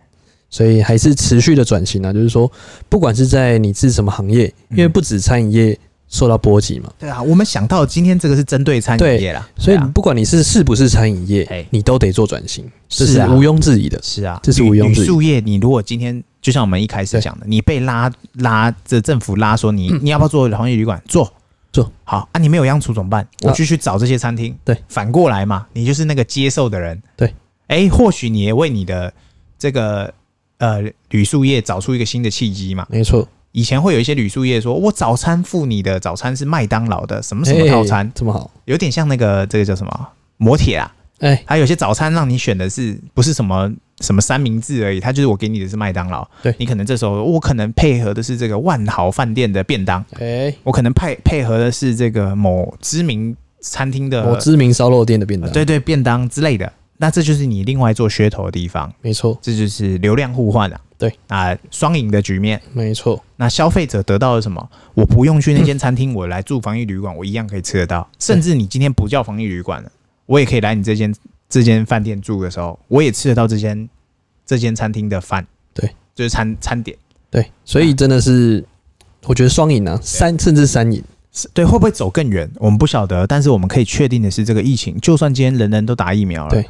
Speaker 2: 所以还是持续的转型啊，就是说，不管是在你是什么行业，
Speaker 1: 嗯
Speaker 2: 因为不止餐饮业受到波及嘛，
Speaker 1: 对啊，我们想到今天这个是针对餐饮业啦，
Speaker 2: 所以
Speaker 1: 对啊
Speaker 2: 不管你是是不是餐饮
Speaker 1: 哎
Speaker 2: 业，你都得做转型，这
Speaker 1: 是
Speaker 2: 是
Speaker 1: 啊
Speaker 2: 毋庸置疑的。
Speaker 1: 是啊，
Speaker 2: 这是
Speaker 1: 旅
Speaker 2: 毋庸
Speaker 1: 旅
Speaker 2: 置疑
Speaker 1: 宿业，你如果今天就像我们一开始
Speaker 2: 对嗯
Speaker 1: 讲的，你被拉拉这政府拉说你、你要不要做行业旅馆？做
Speaker 2: 做
Speaker 1: 好啊，你没有央厨怎么办？我
Speaker 2: 啊
Speaker 1: 就去找这些餐厅。
Speaker 2: 对
Speaker 1: 反过来嘛，你就是那个接受的人。
Speaker 2: 对，
Speaker 1: 哎，或许你也为你的这个呃旅宿业找出一个新的契机嘛。
Speaker 2: 没错，
Speaker 1: 以前会有一些旅宿业说，我早餐付你的早餐是麦当劳的什么什么
Speaker 2: 哎
Speaker 1: 套餐，
Speaker 2: 这么好？
Speaker 1: 有点像那个这个叫什么摩铁啊。
Speaker 2: 哎，
Speaker 1: 还有些早餐让你选的是不是什么什么三明治而已，它就是我给你的是麦当劳。
Speaker 2: 对
Speaker 1: 你可能这时候我可能配合的是这个万豪饭店的便当，
Speaker 2: 哎，
Speaker 1: 我可能配配合的是这个某知名餐厅的
Speaker 2: 某知名烧肉店的便当，
Speaker 1: 呃对对便当之类的。那这就是你另外做噱头的地方，
Speaker 2: 没错，
Speaker 1: 这就是流量互换啊。
Speaker 2: 对
Speaker 1: 啊，双赢的局面。
Speaker 2: 没错，
Speaker 1: 那消费者得到了什么？我不用去那间餐厅，我来住防疫旅馆，我一样可以吃得到。甚至你今天不叫防疫旅馆了，我也可以来你这间这间饭店住的时候，我也吃得到这间这间餐厅的饭。
Speaker 2: 对，
Speaker 1: 就是餐餐点。
Speaker 2: 对，所
Speaker 1: 啊
Speaker 2: 以真的是，我觉得双赢啊，三甚至三赢，
Speaker 1: 是对，会不会走更远？我们不晓得，但是我们可以确定的是，这个疫情，就算今天人人都打疫苗了，
Speaker 2: 对，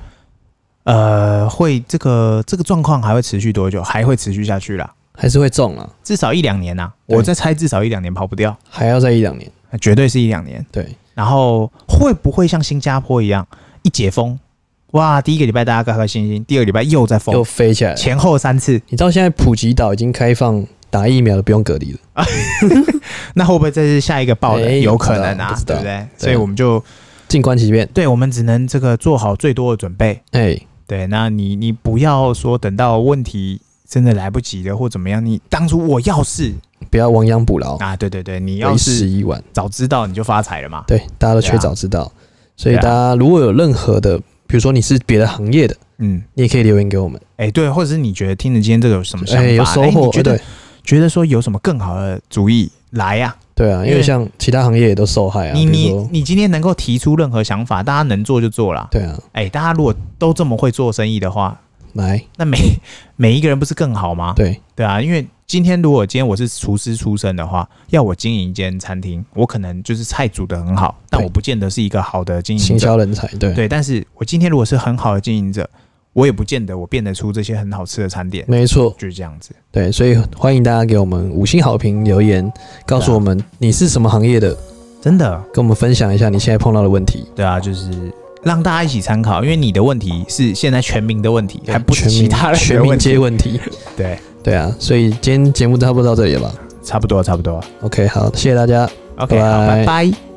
Speaker 1: 呃，会这个这个状况还会持续多久？还会持续下去啦，
Speaker 2: 还是会中啊，
Speaker 1: 至少一两年呐、
Speaker 2: 对
Speaker 1: 我在猜，至少一两年跑不掉，
Speaker 2: 还要再一两年。
Speaker 1: 绝对是一两年。
Speaker 2: 对，
Speaker 1: 然后会不会像新加坡一样，一解封，哇，第一个礼拜大家开开心心，第二个礼拜又在封，
Speaker 2: 又飞起来了。
Speaker 1: 前后三次，
Speaker 2: 你知道现在普吉岛已经开放打疫苗了，不用隔离了。
Speaker 1: 那会不会这是下一个爆的？
Speaker 2: 哎
Speaker 1: 有可能啊
Speaker 2: 不，知
Speaker 1: 对
Speaker 2: 道
Speaker 1: 不
Speaker 2: 不知道
Speaker 1: 对？所以我们就
Speaker 2: 静观其变。
Speaker 1: 对我们只能这个做好最多的准备。
Speaker 2: 哎、
Speaker 1: 对，那你你不要说等到问题真的来不及了或怎么样，你当初我要是
Speaker 2: 不要亡羊补牢，
Speaker 1: 啊，对对对，你要
Speaker 2: 为时
Speaker 1: 是
Speaker 2: 已晚。
Speaker 1: 早知道你就发财了嘛。
Speaker 2: 对，大家都缺早知
Speaker 1: 啊
Speaker 2: 道，所以大家如果有任何的，比如说你是别的行业的，
Speaker 1: 嗯，
Speaker 2: 你也可以留言给我们。
Speaker 1: 哎、对，或者是你觉得听了今天这个有什么想
Speaker 2: 哎、
Speaker 1: 法？
Speaker 2: 有收
Speaker 1: 哎
Speaker 2: 获，
Speaker 1: 你觉得
Speaker 2: 对
Speaker 1: 觉得说有什么更好的主意来呀、
Speaker 2: 对啊，因
Speaker 1: 因为
Speaker 2: 为像其他行业也都受害啊，
Speaker 1: 你
Speaker 2: 比如
Speaker 1: 你
Speaker 2: 说
Speaker 1: 你今天能够提出任何想法，大家能做就做啦。
Speaker 2: 对啊，
Speaker 1: 哎、大家如果都这么会做生意的话，
Speaker 2: 来
Speaker 1: 那每每一个人不是更好吗？
Speaker 2: 对
Speaker 1: 对啊，因为今天如果今天我是厨师出身的话，要我经营一间餐厅，我可能就是菜煮的很好，但
Speaker 2: 对
Speaker 1: 我不见得是一个好的经营
Speaker 2: 行
Speaker 1: 者。
Speaker 2: 销人才，对
Speaker 1: 对，但是我今天如果是很好的经营者，我也不见得我变得出这些很好吃的餐点，
Speaker 2: 没错，
Speaker 1: 就是这样子。
Speaker 2: 对，所以欢迎大家给我们五星好评留言，告
Speaker 1: 对
Speaker 2: 诉
Speaker 1: 啊
Speaker 2: 我们你是什么行业的，
Speaker 1: 真的，
Speaker 2: 跟我们分享一下你现在碰到的问题。
Speaker 1: 对啊，就是让大家一起参考，因为你的问题是现在全民的问题，还不是
Speaker 2: 全
Speaker 1: 其
Speaker 2: 民
Speaker 1: 他人
Speaker 2: 全
Speaker 1: 的
Speaker 2: 民
Speaker 1: 问题
Speaker 2: 皆问题，
Speaker 1: 对，
Speaker 2: 对啊，所以今天节目差不多到这里了吧
Speaker 1: 差不多，差不多。
Speaker 2: ？OK，好，谢谢大家。
Speaker 1: OK，好，拜
Speaker 2: 拜
Speaker 1: 拜。